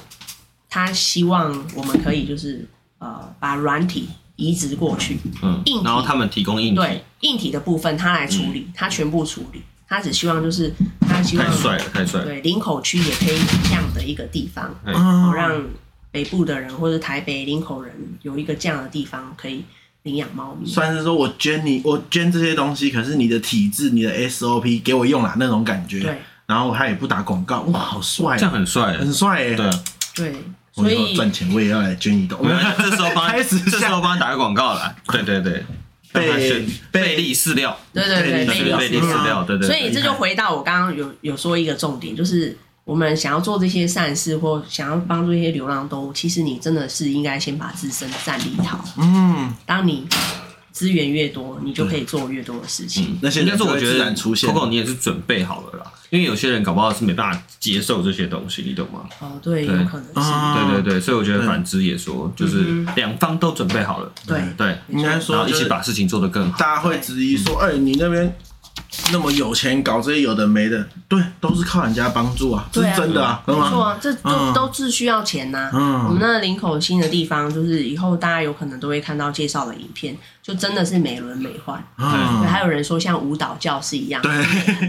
C: 他希望我们可以就是呃把软体移植过去，
A: 嗯
C: 硬，体
A: 然后他们提供硬体，嗯
C: 对硬体的部分他来处理，他全部处理，他只希望就是他希望
A: 太帅了，太帅了，
C: 对林口区也可以这样的一个地方，
B: 嗯
C: 好让北部的人或者台北林口人有一个这样的地方可以领养猫咪。
B: 算是说我捐你，我捐这些东西，可是你的体制、你的 SOP 给我用啦，那种感觉。
C: 对。
B: 然后他也不打广告，哇，好帅
A: 这样
B: 啊，
A: 很帅，
B: 很帅耶！
A: 对啊。
C: 对，
B: 我
C: 所
B: 以后
C: 以
B: 赚钱我也要来捐一栋。
A: 没有， [LAUGHS] 这时候帮
B: 开始
A: 这时
B: 下
A: 候帮他打个广告啦。对对对，
B: 贝
A: 让他选
B: 贝
A: 贝利饲料，
C: 对对对，
A: 对对
C: 嗯
B: 贝
A: 贝利
B: 利饲
A: 饲
B: 料
A: 料，对对。
C: 所
A: 对
C: 以这就回到我刚刚有有说一个重点，就是我们想要做这些善事或想要帮助一些流浪动物，其实你真的是应该先把自身站立好。
B: 嗯，
C: 当你资源越多，你就可以做越多的事情。
B: 那些
A: 应该
B: 人
A: 是
B: 就
A: 我
B: 会
A: 觉
B: 自
A: 得
B: 然出现。
A: Coco 你也是准备好了啦，因为有些人搞不好是没办法接受这些东西，你懂吗？
C: 哦，对，有
A: 对
C: 可能是，
B: 啊
A: 对对对，所以我觉得
B: 对
A: 反之也说，就是两方都准备好了，
C: 对
A: 对，
B: 应该
A: 然
B: 嗯说
A: 后一
B: 就是
A: 起把事情做得更好。
B: 大家会质疑说，哎、你那边那么有钱，搞这些有的没的，对，都是靠人家帮助啊，这
C: 对啊
B: 是真的啊，
C: 没
B: 懂
C: 错
B: 吗？
C: 啊，这
B: 嗯
C: 都都是需要钱呐、
B: 嗯
C: 我们那林口新的地方，就是以后大家有可能都会看到介绍的影片，就真的是美轮美奂。对
B: 嗯，
C: 还有人说像舞蹈教室一样，
B: 对，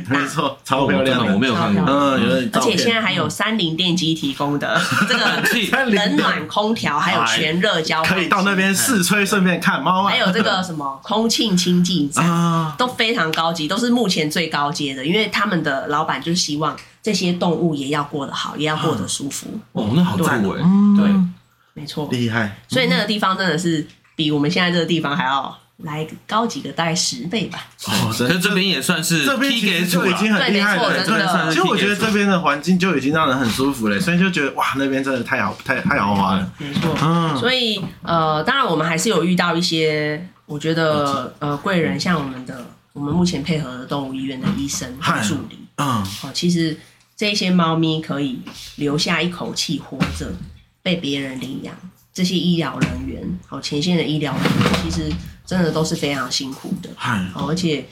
B: 没错，超漂
A: 真
B: 亮
A: 哦的我没
B: 的，
A: 有看
C: 超漂
A: 过，
C: 亮
B: 嗯，有点照
C: 而且
B: 片，
C: 现在还有三菱电机提
B: [LAUGHS]
C: 供的这个冷暖空调，还有全热交换
B: 可以到那边试吹，顺便看猫啊，
C: 还有这个什么空气清净站，
B: [LAUGHS] 啊，
C: 都非常高级，都是目前最高阶的，因为他们的老板就是希望这些动物也要过得好，也要过得舒服，
A: 哦，那好赞
B: 对
A: 哦，
B: 嗯，
C: 没错。
B: 厉害，
C: 所以那个地方真的是比我们现在这个地方还要来高级个大概十倍吧。
B: 哦，
A: 可
B: 真
A: 是
B: 的。
A: 这边也算是
B: 这边
A: T
B: 其
A: 给
B: 实
A: 主
B: 就已
A: 了，
B: 经很厉害
C: 对
B: 了，
C: 没错
B: 对
C: 真的
B: 其实我觉得这边的环境就已经让人很舒服了，所以就觉得哇，那边真的太豪太太豪华了。
C: 没错。
B: 嗯
C: 所以呃，当然我们还是有遇到一些，我觉得呃贵人，像我们的我们目前配合的动物医院的医生和
B: 嗨
C: 助理，
B: 嗯，
C: 哦，其实这些猫咪可以留下一口气活着，被别人领养。这些医疗人员，哦，前线的医疗人员，其实真的都是非常辛苦的。
B: 嗨，
C: 哦，而且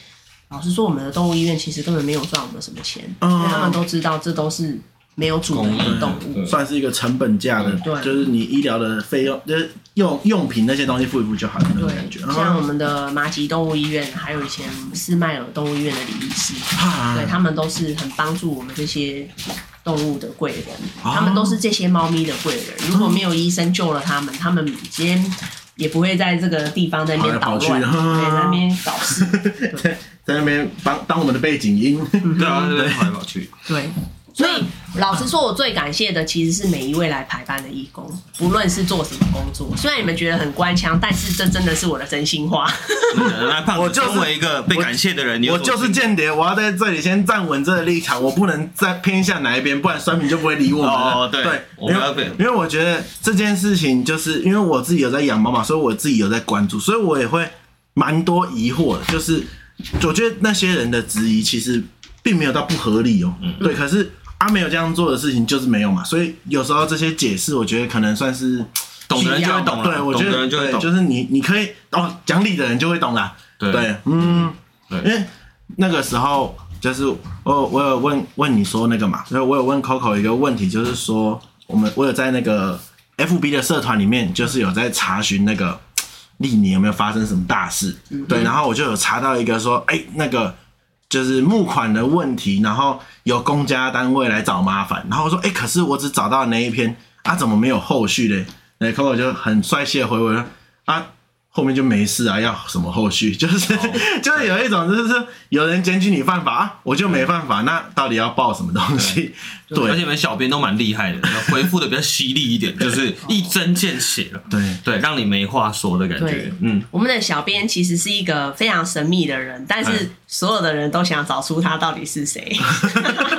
C: 老实说，我们的动物医院其实根本没有赚我们什么钱，
B: 嗯
C: 因为他们都知道这都是没有主人的动物。
B: 算是一个成本价的，
C: 嗯对
B: 就是你医疗的费用，就是用用品那些东西付一付就好了那种感觉。嗯
C: 对，像我们的麻吉动物医院，还有以前斯迈尔动物医院的李医师，
B: 啊
C: 对他们都是很帮助我们这些动物的贵人，
B: 哦
C: 他们都是这些猫咪的贵人。如果没有医生救了他们，他们今天也不会在这个地方在那边
B: 跑
C: 捣
B: 来跑
C: 乱，
B: 去嗯
C: 对，在那边搞事。
B: [LAUGHS] 在那边帮当我们的背景音，嗯
A: 对啊，对对，跑来跑去，
C: 对，所以老实说，我最感谢的其实是每一位来排班的义工，不论是做什么工作。虽然你们觉得很官腔，但是这真的是我的真心话。 [LAUGHS]
A: 来胖子，
B: 我就是
A: 身为一个被感谢的人，你有
B: 我
A: 什么
B: 就是间谍，我要在这里先站稳这个立场，我不能再偏向哪一边，不然酸民就不会理我们了。
A: 哦对我
B: 因
A: 们要
B: 为
A: 被
B: 因为我觉得这件事情，就是因为我自己有在养猫嘛，所以我自己有在关注，所以我也会蛮多疑惑的，就是我觉得那些人的质疑其实并没有到不合理哦，
A: 嗯
B: 对，可是。他、没有这样做的事情就是没有嘛，所以有时候这些解释，我觉得可能算是
A: 懂的人就会懂了，
B: 对，我
A: 懂
B: 觉
A: 的
B: 得
A: 人就会
B: 对，
A: 懂，
B: 就是你你可以哦，讲理的人就会懂啦。
A: 对
B: 对，嗯，
A: 对
B: 因为那个时候就是我我有问问你说那个嘛，所以我有问 Coco 一个问题，就是说我们我有在那个 FB 的社团里面，就是有在查询那个历年有没有发生什么大事，对，然后我就有查到一个说，哎、那个。就是募款的问题，然后有公家单位来找麻烦，然后我说，哎、可是我只找到那一篇啊，怎么没有后续嘞？那 Coco 就很帅气的回我说，啊，后面就没事啊，要什么后续？ [LAUGHS] 就是、
A: 哦
B: 就是有一种就是有人检举你犯法，啊我就没犯法，那到底要报什么东西？
A: 而且
B: [LAUGHS] 对
A: 你们小编都蛮厉害
B: [LAUGHS]
A: 的，回复的比较犀利一点，就是一针见血了，
B: 哦对
A: 对，让你没话说的感觉
C: 对，
A: 嗯，
C: 我们的小编其实是一个非常神秘的人，但
B: 哎
C: 是所有的人都想找出他到底是谁。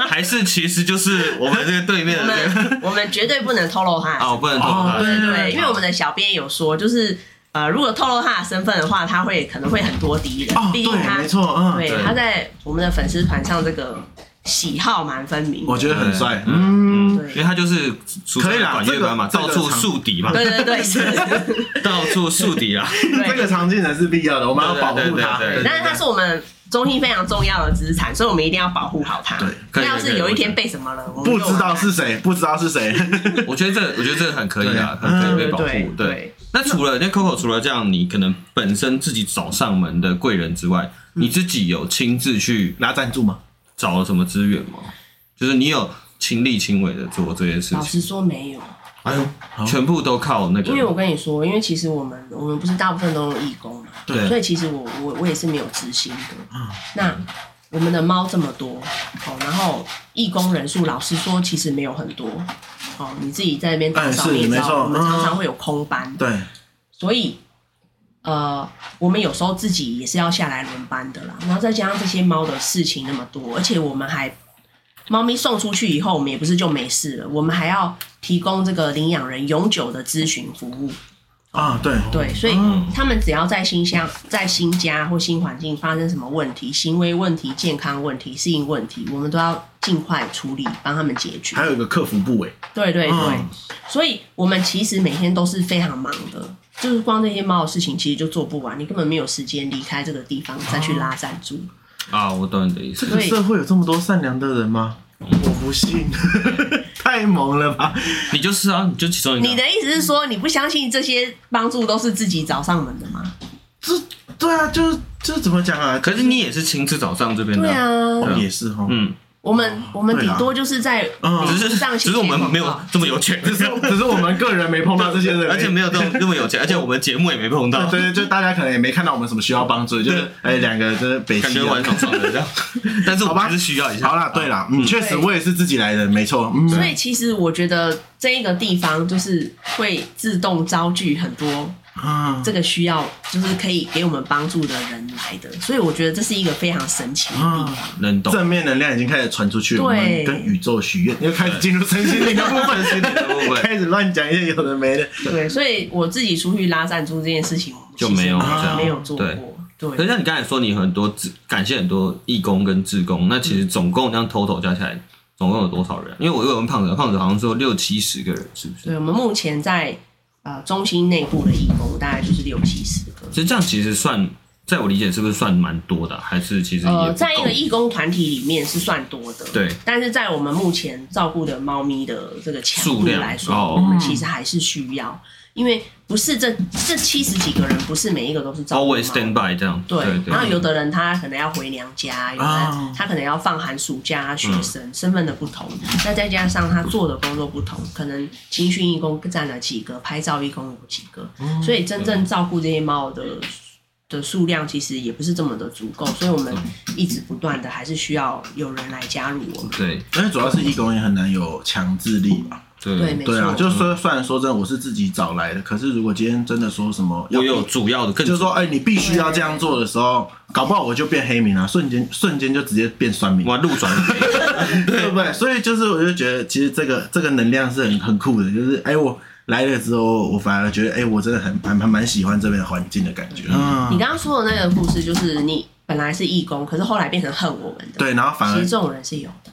A: 还是其实就是我们这个对面
C: 我
A: 的这个
C: 们我们绝对不能透露他的身
A: 哦，不能动
B: 哦
A: 他，
B: 对
C: 份对，因为我们的小编有说，就是呃，如果透露他的身份的话，他会可能会很多敌人
B: 哦，，
C: 毕竟
B: 对，
C: 他
B: 没错，嗯，
A: 对
C: 对他在我们的粉丝团上这个喜好蛮分明的。
B: 我觉得很帅，
A: 对
B: 嗯，
A: 因 [LAUGHS] 为他就是俗称
B: 可以
A: 的
B: 啦
A: 管乐班嘛，
B: 这个
A: 到处
B: 这个
A: 树敌嘛，
C: 对对对，是。
A: 到处树敌
B: [LAUGHS]
A: 啊，
C: 对
B: 这个场景才是必要的，我们要保护他。
A: 对对对对对
C: 但是它是我们中心非常重要的资产，所以我们一定要保护好它。
A: 可以
C: 要
A: 可以
C: 是有一天被什么了，我们
B: 不
C: 就
B: 知道是谁，不知道是谁， [LAUGHS]
A: 我觉得这，我觉得这个很可以啊，
B: 对
A: 很可以
C: 对
A: 被
C: 对
A: 保护
C: 嗯对。
A: 对，那除了那 Coco 除了这样，你可能本身自己找上门的贵人之外，
C: 嗯
A: 你自己有亲自去
B: 拿赞助嘛？
A: 找了什么资源吗？就是你有亲力亲为的做这件事
C: 老
A: 情，
C: 实说没有，
A: 哎呦，全部都靠那
C: 因为我
A: 个
C: 跟你说，因为其实我们我们不是大部分都用义工嘛，
A: 对
C: 所以其实我我我也是没有执行
B: 嗯
C: 的。
A: 嗯
C: 那我们的猫这么多，哦，然后义工人数，老实说其实没有很多。哦，你自己在那边打
B: 哎
C: 扫，
B: 是
C: 你也知
B: 没错
C: 道，我们常常
B: 嗯
C: 会有空班，
B: 对，
C: 所以，呃，我们有时候自己也是要下来轮班的啦。然后再加上这些猫的事情那么多，而且我们还，猫咪送出去以后，我们也不是就没事了，我们还要提供这个领养人永久的咨询服务。
B: 啊，对，
C: 对，所以
A: 嗯
C: 他们只要在新乡、在新家或新环境发生什么问题、行为问题、健康问题、适应问题，我们都要尽快处理，帮他们解决。
A: 啊
B: 还有一个客服部委，
C: 对对对，
B: 嗯
C: 所以我们其实每天都是非常忙的，就是光这些猫的事情其实就做不完，你根本没有时间离开这个地方再去拉赞助。
A: 啊，我懂你的意思
B: 这。个
C: 对
B: 社会有这么多善良的人吗？我不信， [LAUGHS] 太萌了吧？
A: 你就是啊，你就其中一个啊。
C: 你的意思是说，你不相信这些帮助都是自己找上门的吗？
B: 这对啊，就是这怎么讲啊？
A: 可是你也是亲自找上这边
C: 对
A: 的啊，
C: 啊，
B: 哦也是哈，
A: 嗯，啊
C: 我们我们
B: 对啦
C: 顶多就是在
B: 嗯
A: 只是
C: 上
A: 只是我们没有这么有钱，
B: 只是只是我们个人没碰到这些人，
A: 而且没有这么这么有钱，而且我们节目也没碰到，
B: 对对，就大家可能也没看到我们什么需要帮助的，就是哎，两个就是北
A: 感
B: 西
A: 觉
B: 啊
A: 玩爽爽的这样。 [LAUGHS] 但是我
B: 好吧
A: 还是需要一下。
B: 好啦，对啦，嗯，确实我也是自己来的，没错，嗯，
C: 所以其实我觉得这一个地方就是会自动招聚很多
B: 啊
C: 这个需要，就是可以给我们帮助的人来的，所以我觉得这是一个非常神奇的地方。
B: 啊，
A: 能懂。
B: 正面能量已经开始传出去，
C: 对
B: 我们跟宇宙许愿，又开始进入身心灵的部分， [LAUGHS] 身心灵
A: 的部分
B: 开始乱讲一些有的没的，
C: 对，所以我自己出去拉赞助这件事情，我们
A: 就
C: 其实
A: 没有
B: 这样
C: 没有做
A: 对
C: 过。
A: 可是
C: 对，
A: 像你刚才说，你很多志感谢很多义工跟志工，那
B: 嗯
A: 其实总共这样 total 加起来，总共有多少人？啊因为我有问胖子，胖子好像说六七十个人，是不是？
C: 对，我们目前在呃中心内部的义工大概就是六七十个。
A: 其实这样其实算，在我理解是不是算蛮多的啊？还是其实也不
C: 呃，
A: 够
C: 在一个义工团体里面是算多的，
A: 对。
C: 但是在我们目前照顾的猫咪的这个强
A: 数
C: 度
A: 量
C: 来说，
A: 哦
C: 我们其实还是需要，因为不是这这七十几个人，不是每一个都是照顾
A: always
C: 猫
A: stand by 这样？
C: 对，
A: 对
C: 然后有
A: 对。
C: 的人他可能要回娘家，有的
B: 哦
C: 人他可能要放寒暑假，学生、身份的不同，那再加上他做的工作不同，可能青训
B: 哦
C: 义工占了几个，拍照义工有几个，所以真正照顾这些猫的的数量其实也不是这么的足够，所以我们一直不断的还是需要有人来加入我们。
A: 对
B: 而且主要是义工也很难有强制力吧。
C: 对，
A: 对，
C: 没错，
B: 对啊，就是说，虽然说真的我是自己找来的，可是如果今天真的说什么要
A: 我有主要的更
B: 就是说，
A: 主
B: 哎、你必须要这样做的时候，搞不好我就变黑民了，瞬间瞬间就直接变酸民，
A: 我路
B: [LAUGHS]
A: 转
B: 对不对？所以就是，我就觉得其实这个这个能量是很很酷的，就是哎、我来了之后，我反而觉得哎、我真的很蛮蛮蛮喜欢这边的环境的感觉，
C: 你
B: 嗯，
C: 刚刚说的那个故事，就是你本来是义工，可是后来变成恨我们的。，
B: 对，然后反
C: 其
B: 而
C: 实这种人是有的。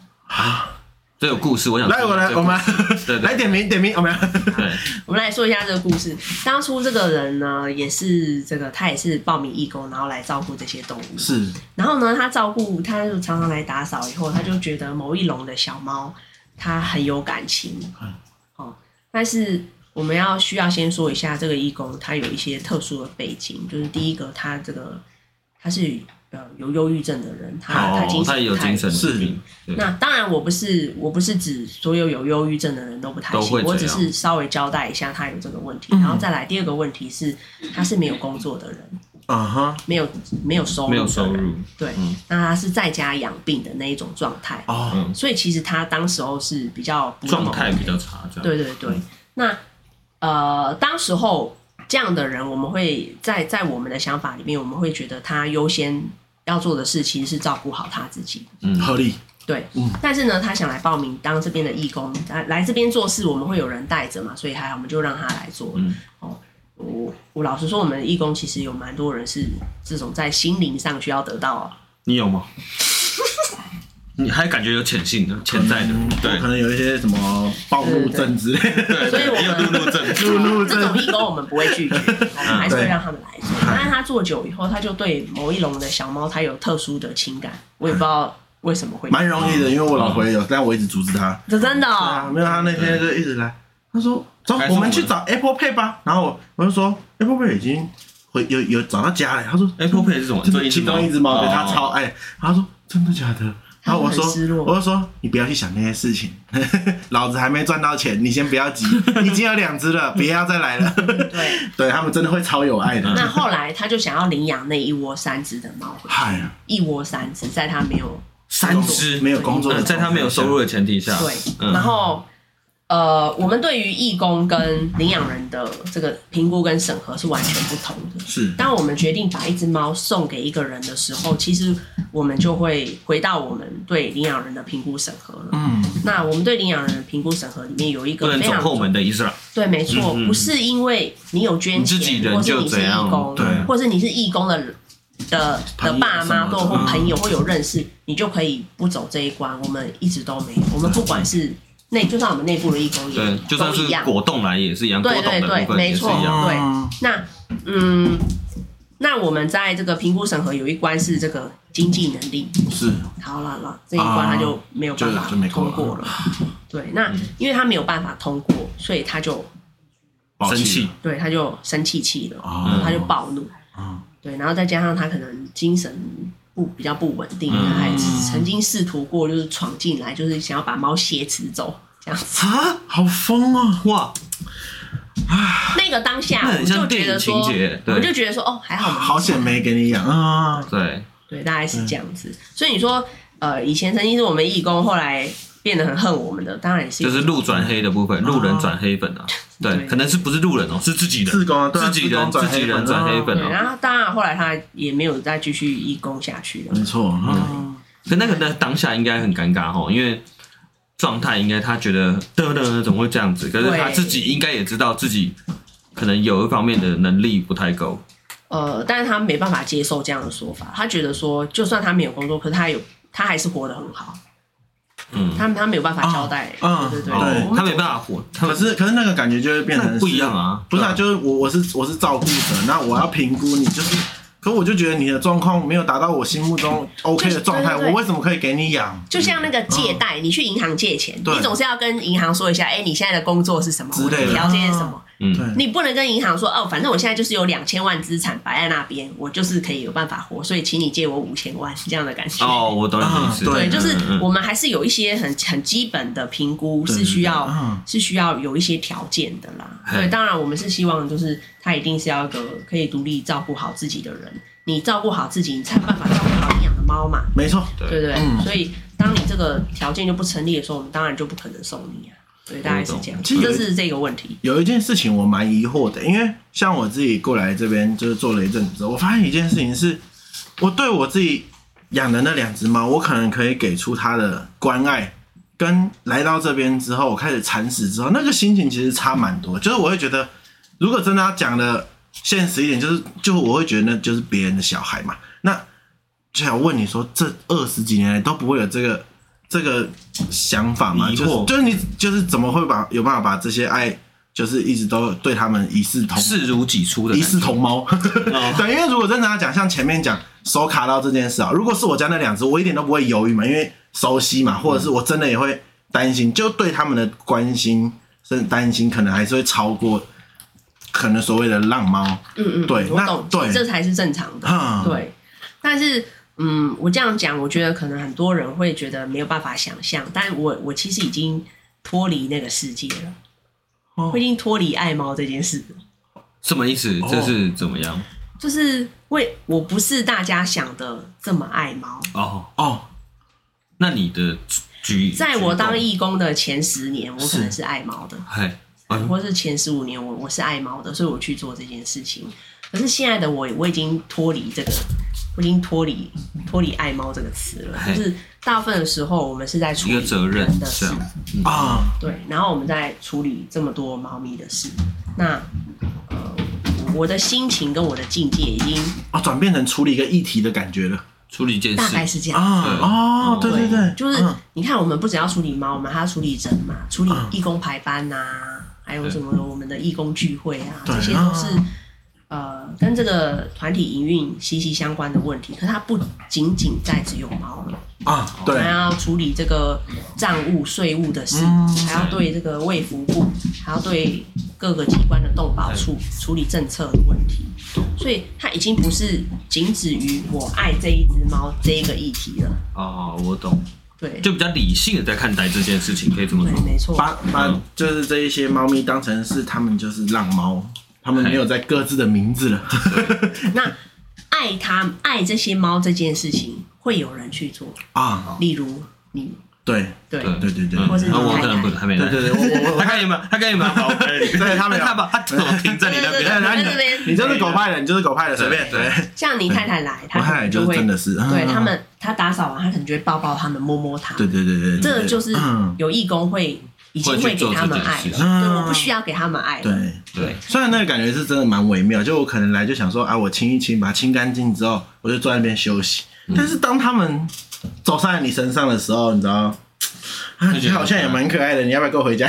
A: 这个故事，我想
B: 来我来
A: 这个
B: 我
A: 故
B: 们
A: 事对
B: 来
A: 对
B: 点名点名，我们
A: 对，
C: 我们来说一下这个故事。当初这个人呢，也是这个他也是报名义工，然后来照顾这些动物。
B: 是
C: 然后呢，他照顾他就常常来打扫，以后他就觉得某一笼的小猫，它很有感情。
A: 嗯
C: 哦，但是我们要需要先说一下，这个义工他有一些特殊的背景，就是第一个，他这个他是呃有忧郁症的人，他、他精
A: 哦，
C: 神
A: 他也有
C: 不太
A: 精神
B: 是
A: 病，对
C: 那当然，我不是我不是指所有有忧郁症的人都不太
A: 都会这
C: 行，
A: 样嗯
C: 我只是稍微交代一下他有这个问题。然后再来第二个问题是，他是没有工作的人，
B: 嗯哼，
C: 没有没有收入，
A: 没有收。入，
C: 对，那他是在家养病的那一种状态，
B: 哦，
A: 嗯，
C: 所以其实他当时候是比较不利
A: 状态比较嗯差，这样
C: 对对对，那呃，当时候这样的人，我们会在在我们的想法里面，我们会觉得他优先要做的事其实是照顾好他自己。
A: 嗯
B: 合理，
C: 对，但是呢，他想来报名当这边的义工，来来这边做事，我们会有人带着嘛，所以还好，我们就让他来做。
A: 嗯
C: 哦，我我老实说，我们的义工其实有蛮多人是这种在心灵上需要得到啊
A: 你有吗？ [LAUGHS] 你还感觉有潜性的、潜在的
B: 嗯，
A: 对
B: 可能有一些什么暴怒症之类的，
A: 对，
C: 所以我
A: 对
C: 们
A: 也有路怒症，
C: [LAUGHS]
B: 路怒
C: 这
B: 症
C: 种，义工，我们不会
A: [LAUGHS]
C: 拒绝，我们还是会让他们来
A: 嗯
C: 做。但是他做久以后，他就对某一笼的小猫，他有特殊的情感，我也不知道为什么会。
B: 蛮容易的，因为我老婆
A: 嗯
B: 也有，但我一直阻止她。
C: 这真的
B: 啊，
C: 哦、
B: 没有，他那天就一直来，他说走
A: 还，是
B: 我
A: 我
B: 们
A: 们
B: 去找 Apple Pay 吧。然后我我就说 Apple Pay 已经回有有找到家了。他说
A: Apple Pay 是什么？
B: 这
A: 这
B: 是其中一只
A: 哦
B: 猫，对他超爱。他说真的假的？然后我说
C: 他很失落
B: 我就说你不要去想那些事情， [LAUGHS] 老子还没赚到钱，你先不
C: [LAUGHS]
B: 要急，已经有两只了，不要再来了。
C: 对。
B: [LAUGHS] 对他们真的会超有爱
C: 那
A: 嗯
B: 的。
C: 后来他就想要领养那一窝三只的猫回去，
B: 嗨呀，
C: 一窝三只，在他没有
A: [LAUGHS] 三只，
B: 没有工作的
A: 嗯
B: 状
A: 在
B: 态下，
A: 他没有收入的前提下，
C: 对，
A: 嗯
C: 然后呃，我们对于义工跟领养人的这个评估跟审核是完全不同的。
B: 是
C: 当我们决定把一只猫送给一个人的时候，其实我们就会回到我们对领养人的评估审核了。
B: 嗯，
C: 那我们对领养人的评估审核里面有一
A: 不
C: 个
A: 能
C: 非
A: 走
C: 常
A: 后门的意思啦。
C: 对，没错，
A: 嗯嗯
C: 不是因为你有捐
A: 你自
C: 钱，
A: 己人
C: 或是
A: 就
C: 你是
A: 怎
C: 义
A: 样
C: 工，
B: 对
C: 或是你是义工的的
B: 朋
C: 的
B: 友
C: 爸
B: 什么
C: 妈
B: 的
C: 或或
B: 嗯
C: 朋友或有认识，你就可以不走这一关。我们一直都没有，我们不管是内，就算我们内部的义工也
A: 对，就算
C: 都
A: 是
C: 一样。
A: 果冻来也是一样，果
C: 对
A: 冻
C: 对
A: 的部
C: 对，
A: 分
C: 没
A: 也是
C: 错
A: 一样。，
C: 对。那嗯，那我们在这个评估审核有一关是这个经济能力，
B: 是
C: 好了了，这一关他就没有办法
B: 就就没过了
C: 通过了。对，那因为他没有办法通过，所以他就
B: 抱
A: 生
B: 歉
A: 气
C: 对，他就生气气了，
A: 啊
B: 哦
C: 他就暴怒，
B: 嗯
C: 对，然后再加上他可能精神不比较不稳定，
A: 嗯
C: 他还曾经试图过就是闯进来，就是想要把猫挟持走
A: [LAUGHS]
C: 这样子。
B: 啊，好疯啊！
A: 哇，
C: 那个当下
A: 那
C: 我
A: 很
C: 们就
A: 像
C: 觉得说
A: 电影情节，
C: 我
A: 对
C: 们就觉得说哦，还好，
B: 好险没给你养啊！
A: 对，
C: 对，大概是这样子。所以你说呃，以前曾经是我们义工，后来变得很恨我们的，当然也是有
A: 就是路转黑的部分，路人转黑粉啊，对，
C: 对
A: 可能是不是路人哦，是自己人，
B: 自工啊对啊
A: 自己人
B: 自工
A: 自
B: 转黑粉
A: 己人转黑粉
C: 对，
A: 哦。
C: 然后当然后来他也没有再继续义工下去了
B: 没。错，嗯
A: 可那个那当下应该很尴尬哦，因为状态应该他觉得得得怎么会这样子，可是他
C: 对
A: 自己应该也知道自己可能有一方面的能力不太够，
C: 呃，但是他没办法接受这样的说法，他觉得说，就算他没有工作，可是他有，他还是活得很好。
A: 嗯，
C: 他他没有办法交代，
B: 嗯
C: 对对
B: 嗯
C: 对，
A: 哦
C: 我
A: 他
C: 们
A: 没办法活，他
B: 可是可是那个感觉就会变成
A: 那
B: 是
A: 不一样啊
B: 不是
A: 对
B: 啊，
A: 啊
B: 就是我我是我是照顾者，那我要评估你，就是，可我就觉得你的状况没有达到我心目中 OK 的状态，
C: 对对对
B: 我为什么可以给你养
C: 就像那个借贷，你去银行借钱，
B: 嗯对
C: 你总是要跟银行说一下，哎，你现在的工作是什么，
B: 之类的嗯
C: 我的条件是什么。
A: 嗯
B: 对，
C: 你不能跟银行说哦，反正我现在就是有两千万资产摆在那边，我就是可以有办法活，所以请你借我五千万这样的感觉。
A: 哦，我懂你的意思，
B: 啊对
C: 对，就是
A: 嗯嗯
C: 我们还是有一些很很基本的评估
B: 对
C: 是需要
B: 对对嗯
C: 是需要有一些条件的啦。
A: 嘿
C: 对，当然我们是希望就是他一定是要一个可以独立照顾好自己的人，你照顾好自己，你才有办法照顾好你养的猫嘛，
B: 没错，
A: 对
C: 对不对？
B: 嗯
C: 所以当你这个条件就不成立的时候，我们当然就不可能送你啊。对，大概是这样，
B: 其实
C: 这是这个问题。
B: 有一件事情我蛮疑惑的，因为像我自己过来这边就是做了一阵子之后，我发现一件事情是，我对我自己养的那两只猫，我可能可以给出它的关爱，跟来到这边之后我开始铲屎之后，那个心情其实差蛮多。就是我会觉得，如果真的要讲的现实一点，就是就我会觉得那就是别人的小孩嘛。那就想问你说，这二十几年来都不会有这个这个想法吗？
A: 疑
B: 就是
A: 惑
B: 就是你就是怎么会把有办法把这些爱，就是一直都对他们一视同
A: 视如己出的
B: 一
A: 感觉
B: 视同猫？ [LAUGHS] 对，因为如果真的要讲，像前面讲手卡到这件事啊，如果是我家那两只，我一点都不会犹豫嘛，因为熟悉嘛，或者是我真的也会担心，就对他们的关心甚至担心，可能还是会超过可能所谓的浪猫。
C: 嗯嗯，
B: 对
C: 我
B: 那
C: 懂，
B: 对
C: 其实这才是正常的。
B: 嗯
C: 对，但是嗯，我这样讲，我觉得可能很多人会觉得没有办法想象，但我我其实已经脱离那个世界了，
B: 哦
C: 我已经脱离爱猫这件事了，
A: 什么意思？这是怎么样？
C: 就是为我不是大家想的这么爱猫。
A: 哦，
B: 哦，
A: 那你的举，
C: 在我当
A: 一，
C: 义工的前十年，我可能是爱猫的，
A: 嘿，嗯
C: 或是前十五年我我是爱猫的，所以我去做这件事情。可是现在的我，我已经脱离这个，我已经脱离脱离爱猫这个词了。
A: 嘿
C: 就是大部分的时候，我们是在处
A: 一
C: 理
A: 个责任
C: 人
A: 这
C: 的事，
A: 样
B: 啊，
C: 对，然后我们在处理这么多猫咪的事。那呃，我的心情跟我的境界已经
B: 哦，转变成处理一个议题的感觉了
A: 处理一件
C: 大
A: 事
C: 概是这样。
B: 啊！哦，对对对，
C: 就是
B: 嗯
C: 你看，我们不只要处理猫，我们还要处理人嘛，处理
B: 嗯
C: 义工排班呐、还有什么我们的义工聚会啊，
B: 对嗯
C: 这些都是呃跟这个团体营运息息相关的问题。可它不仅仅在只有猫了，
B: 啊，对
C: 还要处理这个账务、税务的事，
B: 嗯
C: 还要对这个卫福部，还要对各个机关的动保处处理政策的问题。所以它已经不是仅止于我爱这一只猫这一个议题了。
A: 哦，我懂，
C: 对，
A: 就比较理性的在看待这件事情，可以这么
C: 对，
A: 说。
C: 没错。
B: 把
A: 嗯
B: 把就是这一些猫咪当成是他们就是浪猫，他们没有在各自的名字了。 [LAUGHS]
C: 那爱它爱这些猫这件事情，会有人去做，
B: 啊，
C: 例如你，
B: 对
C: 对
B: 对对对，
A: 嗯
C: 或是
A: 然后我
C: 太太
A: 可能不还没来，
B: 对对对，我我
A: [LAUGHS]
B: 我
A: 他看有没有，他看有没有宝贝，
B: 对他没有
A: 看吧，他怎么停在你那
C: 对对
A: 边？
C: 对
B: 你
C: 在这边
B: 你就是狗派的，你就是狗派的，随
A: 对
B: 便
A: 对
B: 对。
C: 像你太太来，
B: 我
C: 她可
B: 看来
C: 能
B: 就是
C: 会
B: 真的是，
C: 对
B: 嗯
C: 他，们，她打扫完，她可能就会抱抱他们，摸摸它。
B: 对对对对，对
C: 这就是
B: 嗯
C: 有义工会已经会给他们爱
A: 会去做这件事
B: 情
C: 了，对，我不需要给他们爱了。
A: [LAUGHS]
B: 对。嗯
A: 对，
B: 虽然那个感觉是真的蛮微妙，就我可能来就想说啊，我清一清，把它清干净之后，我就坐在那边休息。
A: 嗯
B: 但是当他们走上来你身上的时候，你知道，啊，
A: 就觉啊
B: 你
A: 得
B: 好像也蛮可爱的，你要不要跟我回家？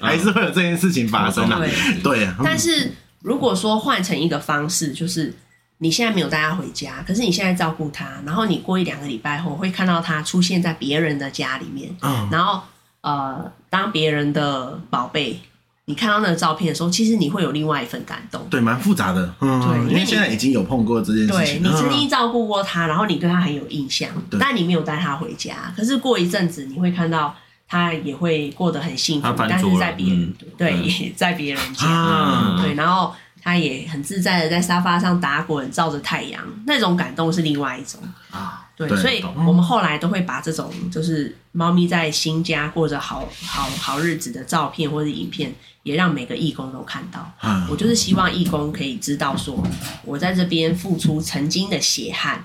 B: 还是会有这件事情发生啊
C: 对？
B: 对啊，
C: 但是如果说换成一个方式，就是你现在没有带它回家，可是你现在照顾它，然后你过一两个礼拜后会看到它出现在别人的家里面，
B: 嗯，
C: 然后呃，当别人的宝贝，你看到那个照片的时候，其实你会有另外一份感动。
B: 对，蛮复杂的，
C: 对
B: 嗯，
C: 因为
B: 因为
C: 你
B: 现在已经有碰过这件事
C: 对
B: 情，
C: 你曾
B: 嗯
C: 经照顾过他，然后你对他很有印象，
B: 对
C: 但你没有带他回家。可是过一阵子，你会看到他也会过得很幸福
A: 他，翻
C: 但
A: 桌
C: 是
A: 了
C: 在别人、对、
A: 嗯
C: 也在别人家，
B: 啊，
C: 对，然后他也很自在的在沙发上打滚，照着太阳，那种感动是另外一种。
A: 啊，
C: 对，
B: 对
C: 所以
A: 懂
C: 我们后来都会把这种就是猫咪在新家或者好好好日子的照片或者影片，也让每个义工都看到。
B: 嗯
C: 我就是希望义工可以知道说，我在这边付出曾经的血汗，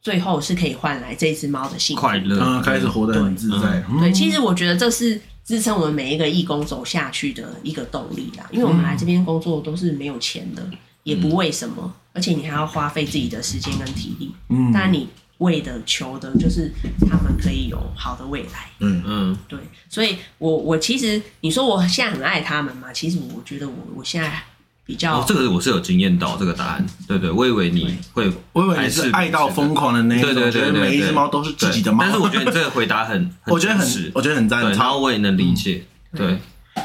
C: 最后是可以换来这只猫的幸福
A: 快。乐，
B: 嗯，开始活得很自在，
C: 对，
B: 嗯
C: 其实我觉得这是支撑我们每一个义工走下去的一个动力啦。因为我们来这边工作都是没有钱的，也不为什
A: 嗯
C: 么，而且你还要花费自己的时间跟体力。
B: 嗯
C: 但你为的求的就是他们可以有好的未来。
B: 嗯
A: 嗯，
C: 对，所以我我其实你说我现在很爱他们嘛，其实我觉得我我现在比较、
A: 哦，这个我是有经验到这个答案，对对，我以为你会，
B: 我以为你是爱到疯狂的那一种，
A: 对对对
B: 觉
A: 对
B: 得
A: 对，
B: 每一只猫都是自己的猫，
A: 但是我觉得你这个回答很，
B: 我觉得
A: 真实
B: 很，我觉得很赞，
A: 对，然
B: 超
A: 后我也能理解，对，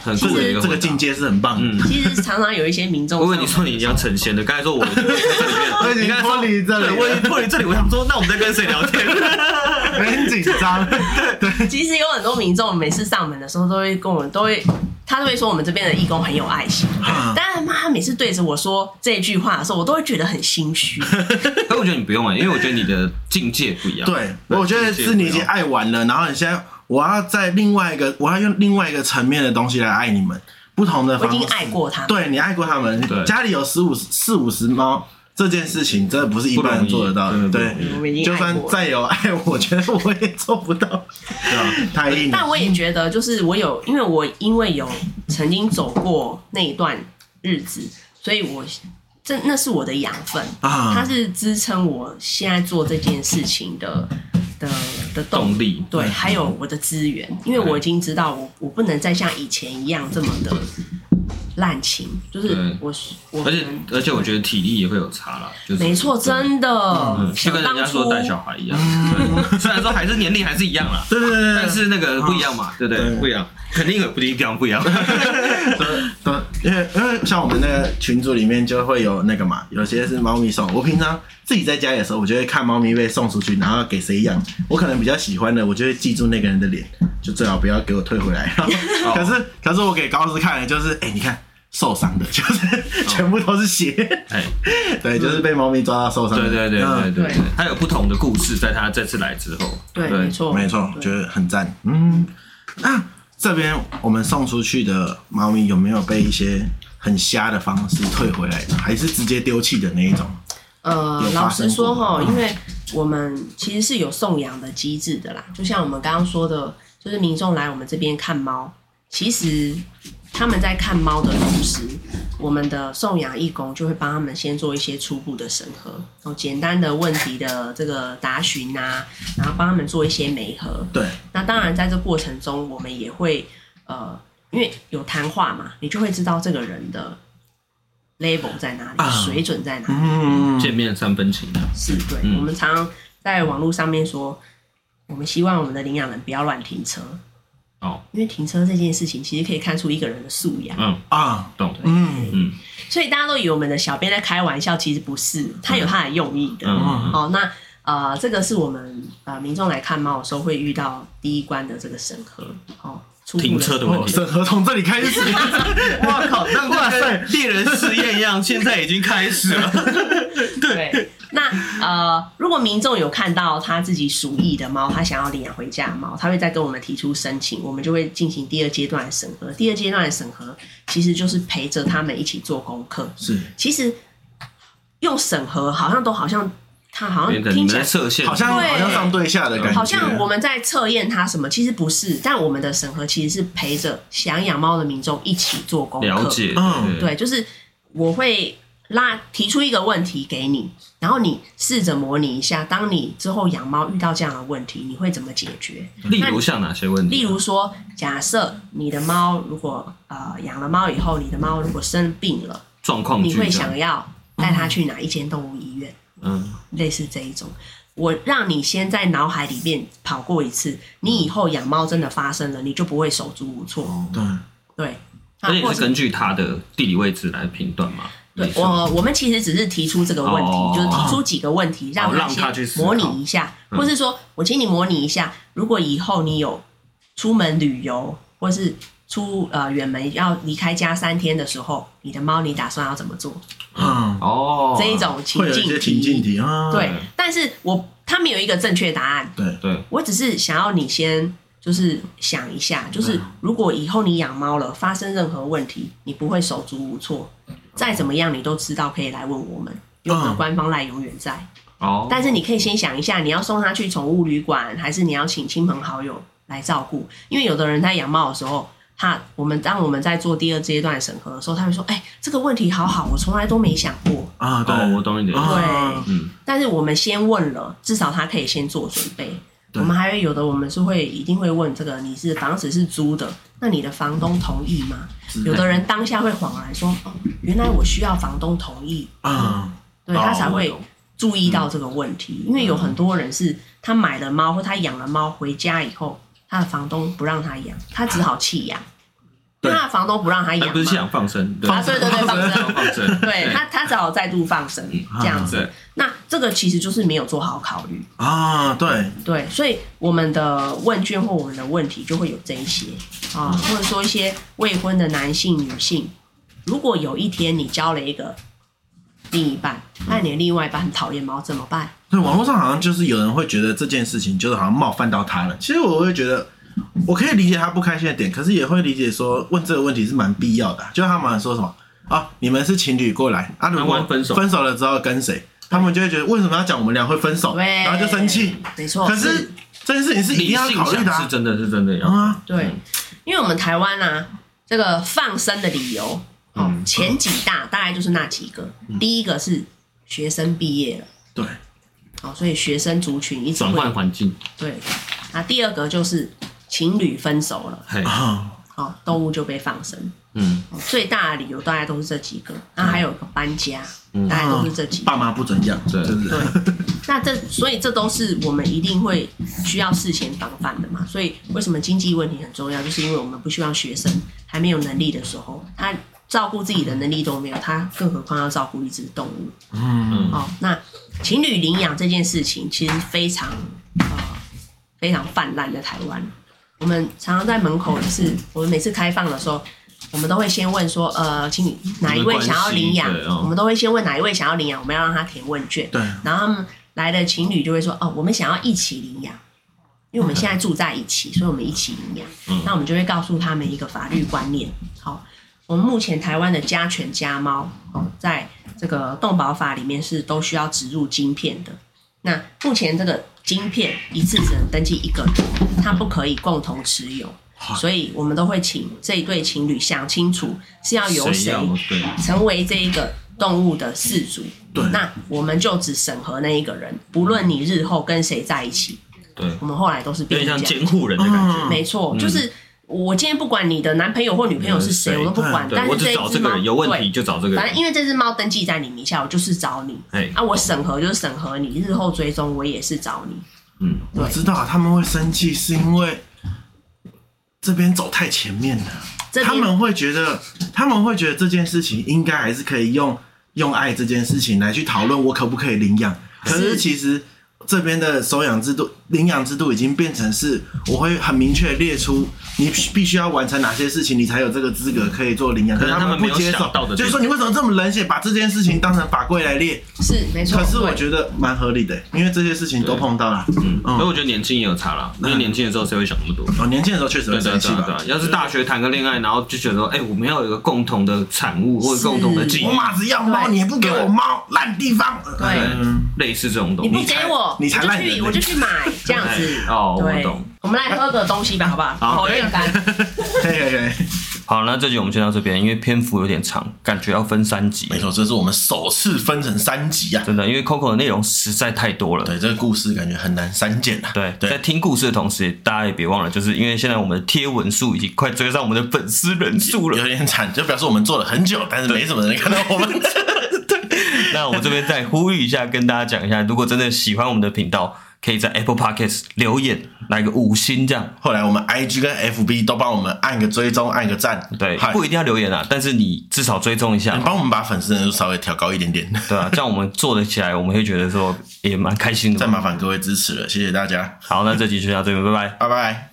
A: 很
B: [LAUGHS] 这
A: 酷的一
B: 个
A: 个
B: 这个
A: 回答
B: 境。界是很棒的。
A: 嗯
C: 其实常常有一些民众，
A: 我以为你说你要成仙的，刚才说我已经在这里面，
B: 我已经
A: 你刚才说
B: [LAUGHS] 脱离这里了
A: 对我
B: [LAUGHS]
A: 已经脱离这里。我想说，那我们在跟谁聊天？
B: 很紧张，
C: 其实有很多民众每次上门的时候都会跟我们都会，他都会说我们这边的义工很有爱心。
B: 啊
C: 但他妈每次对着我说这句话的时候，我都会觉得很心虚。
A: 但我觉得你不用啊，因为我觉得你的境界不一样。
B: 对，我觉得是你已经爱完了，然后你现在我要在另外一个，我要用另外一个层面的东西来爱你们，不同的
C: 我已
B: 方
C: 经
B: 式。
C: 爱过他，
B: 对你爱过他们
A: 对，
B: 家里有十五四五十猫这件事情，真的不是一般人做得到
A: 不
B: 的。
A: 容易
B: 对
A: 真的不容易，
C: 我们已经
B: 就
C: 爱
B: 算
C: 过了。
B: 再有爱，我觉得我也做不到，
A: 对啊，
B: 太硬
C: 但
B: 了。
C: 我也觉得，就是我有，因为我因为有曾经走过那一段日子，所以我这那是我的养分，
B: 啊
C: 它是支撑我现在做这件事情的的的动
A: 动力嗯
C: 对，还有我的资源，因为我已经知道我我不能再像以前一样这么的滥情，就是
A: 对
C: 我我
A: 而且而且我觉得体力也会有差啦，就是
C: 没错，真的
A: 嗯，就
C: 想
A: 跟人
C: 当
A: 家说
C: 初
A: 带小孩一样，对虽然说还是年龄还是一样啦，
B: 对对对对
A: 但是那个不一样嘛，对不啊对？
B: 对
A: 不一样，肯定有不一样，不一样。
B: 对，因为因为像我们那个群组里面就会有那个嘛，有些是猫咪送。我平常自己在家里的时候，我就会看猫咪被送出去，然后给谁养。我可能比较喜欢的，我就会记住那个人的脸，就最好不要给我退回来。然
A: 哦
B: 后可是可是我给高斯看的就是，哎、你看受伤的，就是
A: 哦
B: 全部都是血，
A: [LAUGHS] 哎，
B: [LAUGHS] 对，就是被猫咪抓到受伤的。
A: 对对对对
B: 嗯
A: 对
C: 对
A: 对，他有不同的故事，在他这次来之后，
C: 对，没错，
B: 没错，
C: 对
B: 觉得很赞。嗯，那这边我们送出去的猫咪有没有被一些很瞎的方式退回来的，还是直接丢弃的那一种？
C: 呃
B: 有，发
C: 老实
B: 生过嗯
C: 说哈，
B: 吗
C: 因为我们其实是有送养的机制的啦，就像我们刚刚说的，就是民众来我们这边看猫，其实他们在看猫的同时，我们的送养义工就会帮他们先做一些初步的审核，哦，简单的问题的这个答询啊，然后帮他们做一些媒合。
B: 对，
C: 那当然，在这过程中，我们也会呃，因为有谈话嘛，你就会知道这个人的 level 在哪里，
B: 啊
C: 水准在哪里。
B: 嗯，
A: 见面三分情啊，
C: 是对，
A: 嗯
C: 我们常常在网络上面说，我们希望我们的领养人不要乱停车，
A: 哦，
C: 因为停车这件事情其实可以看出一个人的素养。
A: 嗯，
B: 啊，
A: 懂，
B: 嗯
A: 嗯
C: 所以大家都以为我们的小编在开玩笑，其实不是，他有他的用意的。
A: 嗯，
C: 哦，那呃，这个是我们呃民众来看猫的时候会遇到第一关的这个审核哦，初步
A: 停车的问
B: 哦，
A: 题。
B: 审核从这里开始，
A: 哇靠！ [LAUGHS] 那
B: 哇
A: 哇
B: 塞
A: 塞，猎人试验一样，现在已经开始了。
C: 对，那呃，如果民众有看到他自己属意的猫，他想要领养回家的猫，他会再跟我们提出申请，我们就会进行第二阶段的审核。第二阶段的审核其实就是陪着他们一起做功课。
B: 是
C: 其实用审核好像都好像他好像
A: 变成你
C: 听
A: 们
C: 起
A: 在
C: 来。
A: 设限，
B: 好像
C: 对
B: 好像上对下的感觉，
C: 好像我们在测验他什么，其实不是，但我们的审核其实是陪着想养猫的民众一起做功课，
A: 了解，
B: 嗯
A: 对
C: 哦对，就是我会拉提出一个问题给你，然后你试着模拟一下，当你之后养猫遇到这样的问题，你会怎么解决？
A: 对。例如像哪些问题？
C: 例如说，假设你的猫如果呃养了猫以后，你的猫如果生病了，
A: 状况
C: 你
A: 剧
C: 会
A: 这样
C: 想要啊带它去哪一间动物医院？
A: 嗯，
C: 类似这一种。我让你先在脑海里面跑过一次，你以后养猫真的发生了，你就不会手足无措。
B: 对，
C: 对，啊
A: 而且
C: 或
A: 你
C: 者
A: 是根据它的地理位置来评断嘛？
C: 对
A: 你是
C: 我，我们其实只是提出这个问题，
A: 哦
C: 就是提出几个问题，让
A: 让他去
C: 先
A: 思考
C: 模
A: 嗯
C: 拟一下，或是说我请你模拟一下，如果以后你有出门旅游，或是出呃远门要离开家三天的时候，你的猫你打算要怎么做？
B: 嗯，
A: 哦，
C: 这一种情
B: 会有一
C: 境
B: 些情境
C: 题，
B: 题啊，
A: 嗯
C: 对，但是我他们有一个正确答案，
B: 对，
A: 对，
C: 我只是想要你先就是想一下，就是如果以后你养猫了，发生任何问题，你不会手足无措，再怎么样你都知道可以来问我们。因为我们
B: 嗯
C: 官方赖永远在，
A: 哦，
C: 但是你可以先想一下，你要送它去宠物旅馆，还是你要请亲朋好友来照顾？因为有的人在养猫的时候，他我们当我们在做第二阶段审核的时候，他会说：“哎、这个问题好好，我从来都没想过。
B: 啊，对，
A: 哦，我懂你的意思。
B: 啊
A: 嗯，”
C: 但是我们先问了，至少他可以先做准备。
B: 对
C: 我们还会有的，我们是会一定会问这个，你是房子是租的，那你的房东同意吗？有的人当下会恍然说，哦，原来我需要房东同意，
B: 啊，
C: 对
A: 哦嗯
C: 他才
A: 我
C: 会
A: 懂
C: 注意到这个问题，因为有很多人是他买了猫或他养了猫回家以后，他的房东不让他养，他只好弃养。因为
A: 对
C: 他的房东不让他
A: 他
C: 养
A: 哎不是
C: 嘛
A: 想放生，对
C: 啊对对对哎放生
A: 放生， [LAUGHS]
C: 对他，他只好再度放生
A: 嗯
C: 这样子
A: 对。
C: 那这个其实就是没有做好考虑，
B: 啊，对，
C: 对，所以我们的问卷或我们的问题就会有这一些啊，或者说一些未婚的男性、女性，如果有一天你交了一个另一半，那你的另外一半很讨厌猫怎么办？
B: 对，网络上好像就是有人会觉得这件事情就是好像冒犯到他了。其实我会觉得，我可以理解他不开心的点，可是也会理解说问这个问题是蛮必要的啊、就他们说什么啊，你们是情侣过来啊，如
A: 那
B: 果
A: 万一分手
B: 分手了之后跟谁，他们就会觉得为什么要讲我们俩会分手，
C: 对，
B: 然后就生气。，
C: 没错。
B: 可是这件事情是一
A: 理
B: 定要
A: 性
B: 考虑的、
A: 想
B: 啊
A: 是，真的是真的要。
B: 啊，
C: 对，因为我们台湾啊，这个放生的理由，
B: 嗯
C: 哦，前几大大概就是那几个。第一个是学生毕业了，
B: 对，
C: 哦，所以学生族群一直
A: 转换
C: 会
A: 环境，
C: 对。那第二个就是情侣分手了，
A: 嘿，
B: 啊，
C: 哦，动物就被放生。
A: 嗯，
C: 哦最大的理由大概都是这几个，那还有一个搬家，大概都是这几个。
B: 爸妈不准养，
A: 对
B: 对不对？
C: 那这所以这都是我们一定会需要事前防范的嘛。所以为什么经济问题很重要，就是因为我们不希望学生还没有能力的时候，他照顾自己的能力都没有，他更何况要照顾一只动物。
B: 嗯，
C: 哦，那情侣领养这件事情其实非常呃非常泛滥在台湾。我们常常在门口也是，我们每次开放的时候，我们都会先问说，呃，情侣哪一位想要领养
A: 有没有关系对哦？
C: 我们都会先问哪一位想要领养，我们要让他填问卷。
B: 对，
C: 然后他们来的情侣就会说：“哦，我们想要一起领养，因为我们现在住在一起，所以我们一起领养。那我们就会告诉他们一个法律观念。好，我们目前台湾的家犬家猫哦，在这个动保法里面是都需要植入晶片的。那目前这个晶片一次只能登记一个人，它不可以共同持有。所以我们都会请这一对情侣想清楚是要由谁
A: 要对，
C: 成为这一个动物的饲主，
B: 对
C: 那我们就只审核那一个人，不论你日后跟谁在一起，
A: 对
C: 我们后来都是
A: 有
C: 变
A: 点
C: 成
A: 像
C: 这样，
A: 监护人的感觉。
B: 嗯
C: 没错，就是我今天不管你的男朋友或女朋友是谁，
A: 嗯
C: 我都不管，
A: 对，
C: 但是
A: 我
C: 这
A: 只
C: 一
A: 找
C: 只
A: 这个
C: 猫
A: 人，有问
C: 对
A: 题就找这个
C: 反正
A: 人。
C: 因为这只猫登记在你名下，我就是找你
A: 哎，
C: 啊，我审核就是审核你，日后追踪我也是找你，
A: 嗯，
C: 对
B: 我知道他们会生气是因为这边走太前面了。
C: 这
B: 他
C: 边
B: 们会觉得，他们会觉得这件事情应该还是可以用用爱这件事情来去讨论我可不可以领养。可是其实这边的收养制度、领养制度已经变成是，我会很明确地列出你必须要完成哪些事情，你才有这个资格可以做领养。
A: 可
B: 可
A: 能
B: 是
A: 他们
B: 不
A: 没有
B: 接受
A: 想到的，
B: 就
A: 点
B: 是说你为什么这么冷血，把这件事情当成法规来列？
C: 是没错，
B: 可是我
C: 对
B: 觉得蛮合理的、因为这些事情都碰到了。嗯
A: 所以
B: 嗯，
A: 我觉得年轻也有差
C: 嗯
A: 啦，因为年轻的时候谁会想那么多？
B: 哦，年轻的时候确实
A: 对
B: 会
A: 对
B: 生气
A: 对啊对
B: 吧
A: 啊，。要是大学谈个恋爱，然后就觉得说，哎，我们要有一个共同的产物或者共同的技
B: 我
A: 能，
B: 马子要猫，
C: 对
B: 你也不给我猫，烂地方。
C: 对
B: 嗯
A: 类似这种东
C: 你
A: 西。。
C: 不给我，
B: 你才
C: 我就
B: 烂人
C: 去，
B: 呢
C: 我就去买这样子
A: [LAUGHS] 哦我
C: 对
A: 懂。
C: 我们来喝个东西吧，好不好？
A: 好
C: 讨厌干。
B: 嘿嘿嘿，
A: 好，那这集我们先到这边，因为篇幅有点长，感觉要分三集。
B: [LAUGHS] 没错，这是我们首次分成三集啊。
A: 真的，因为 Coco 的内容实在太多了。
B: 对，这个故事感觉很难删减啊。
A: 对，在
B: 对，
A: 听故事的同时，大家也别忘了，就是因为现在我们的贴文数已经快追上我们的粉丝人数了
B: 有。点惨，就表示我们做了很久，但是没什么人看到
A: [LAUGHS]
B: 我们。
A: 那我这边再呼吁一下，跟大家讲一下，如果真的喜欢我们的频道，可以在 Apple Podcast 留言，来个五星这样。
B: 后来我们 IG 跟 FB 都帮我们按个追踪，按个赞，
A: 对
B: 嗨，
A: 不一定要留言啊，但是你至少追踪一下
B: 你，帮我们把粉丝人数稍微调高一点点。
A: 对啊，这样我们做得起来，我们会觉得说也蛮开心的
B: 再
A: 嘛。
B: [LAUGHS] 麻烦各位支持了，谢谢大家，
A: 好，那这集就到这边，拜拜。
B: 拜拜。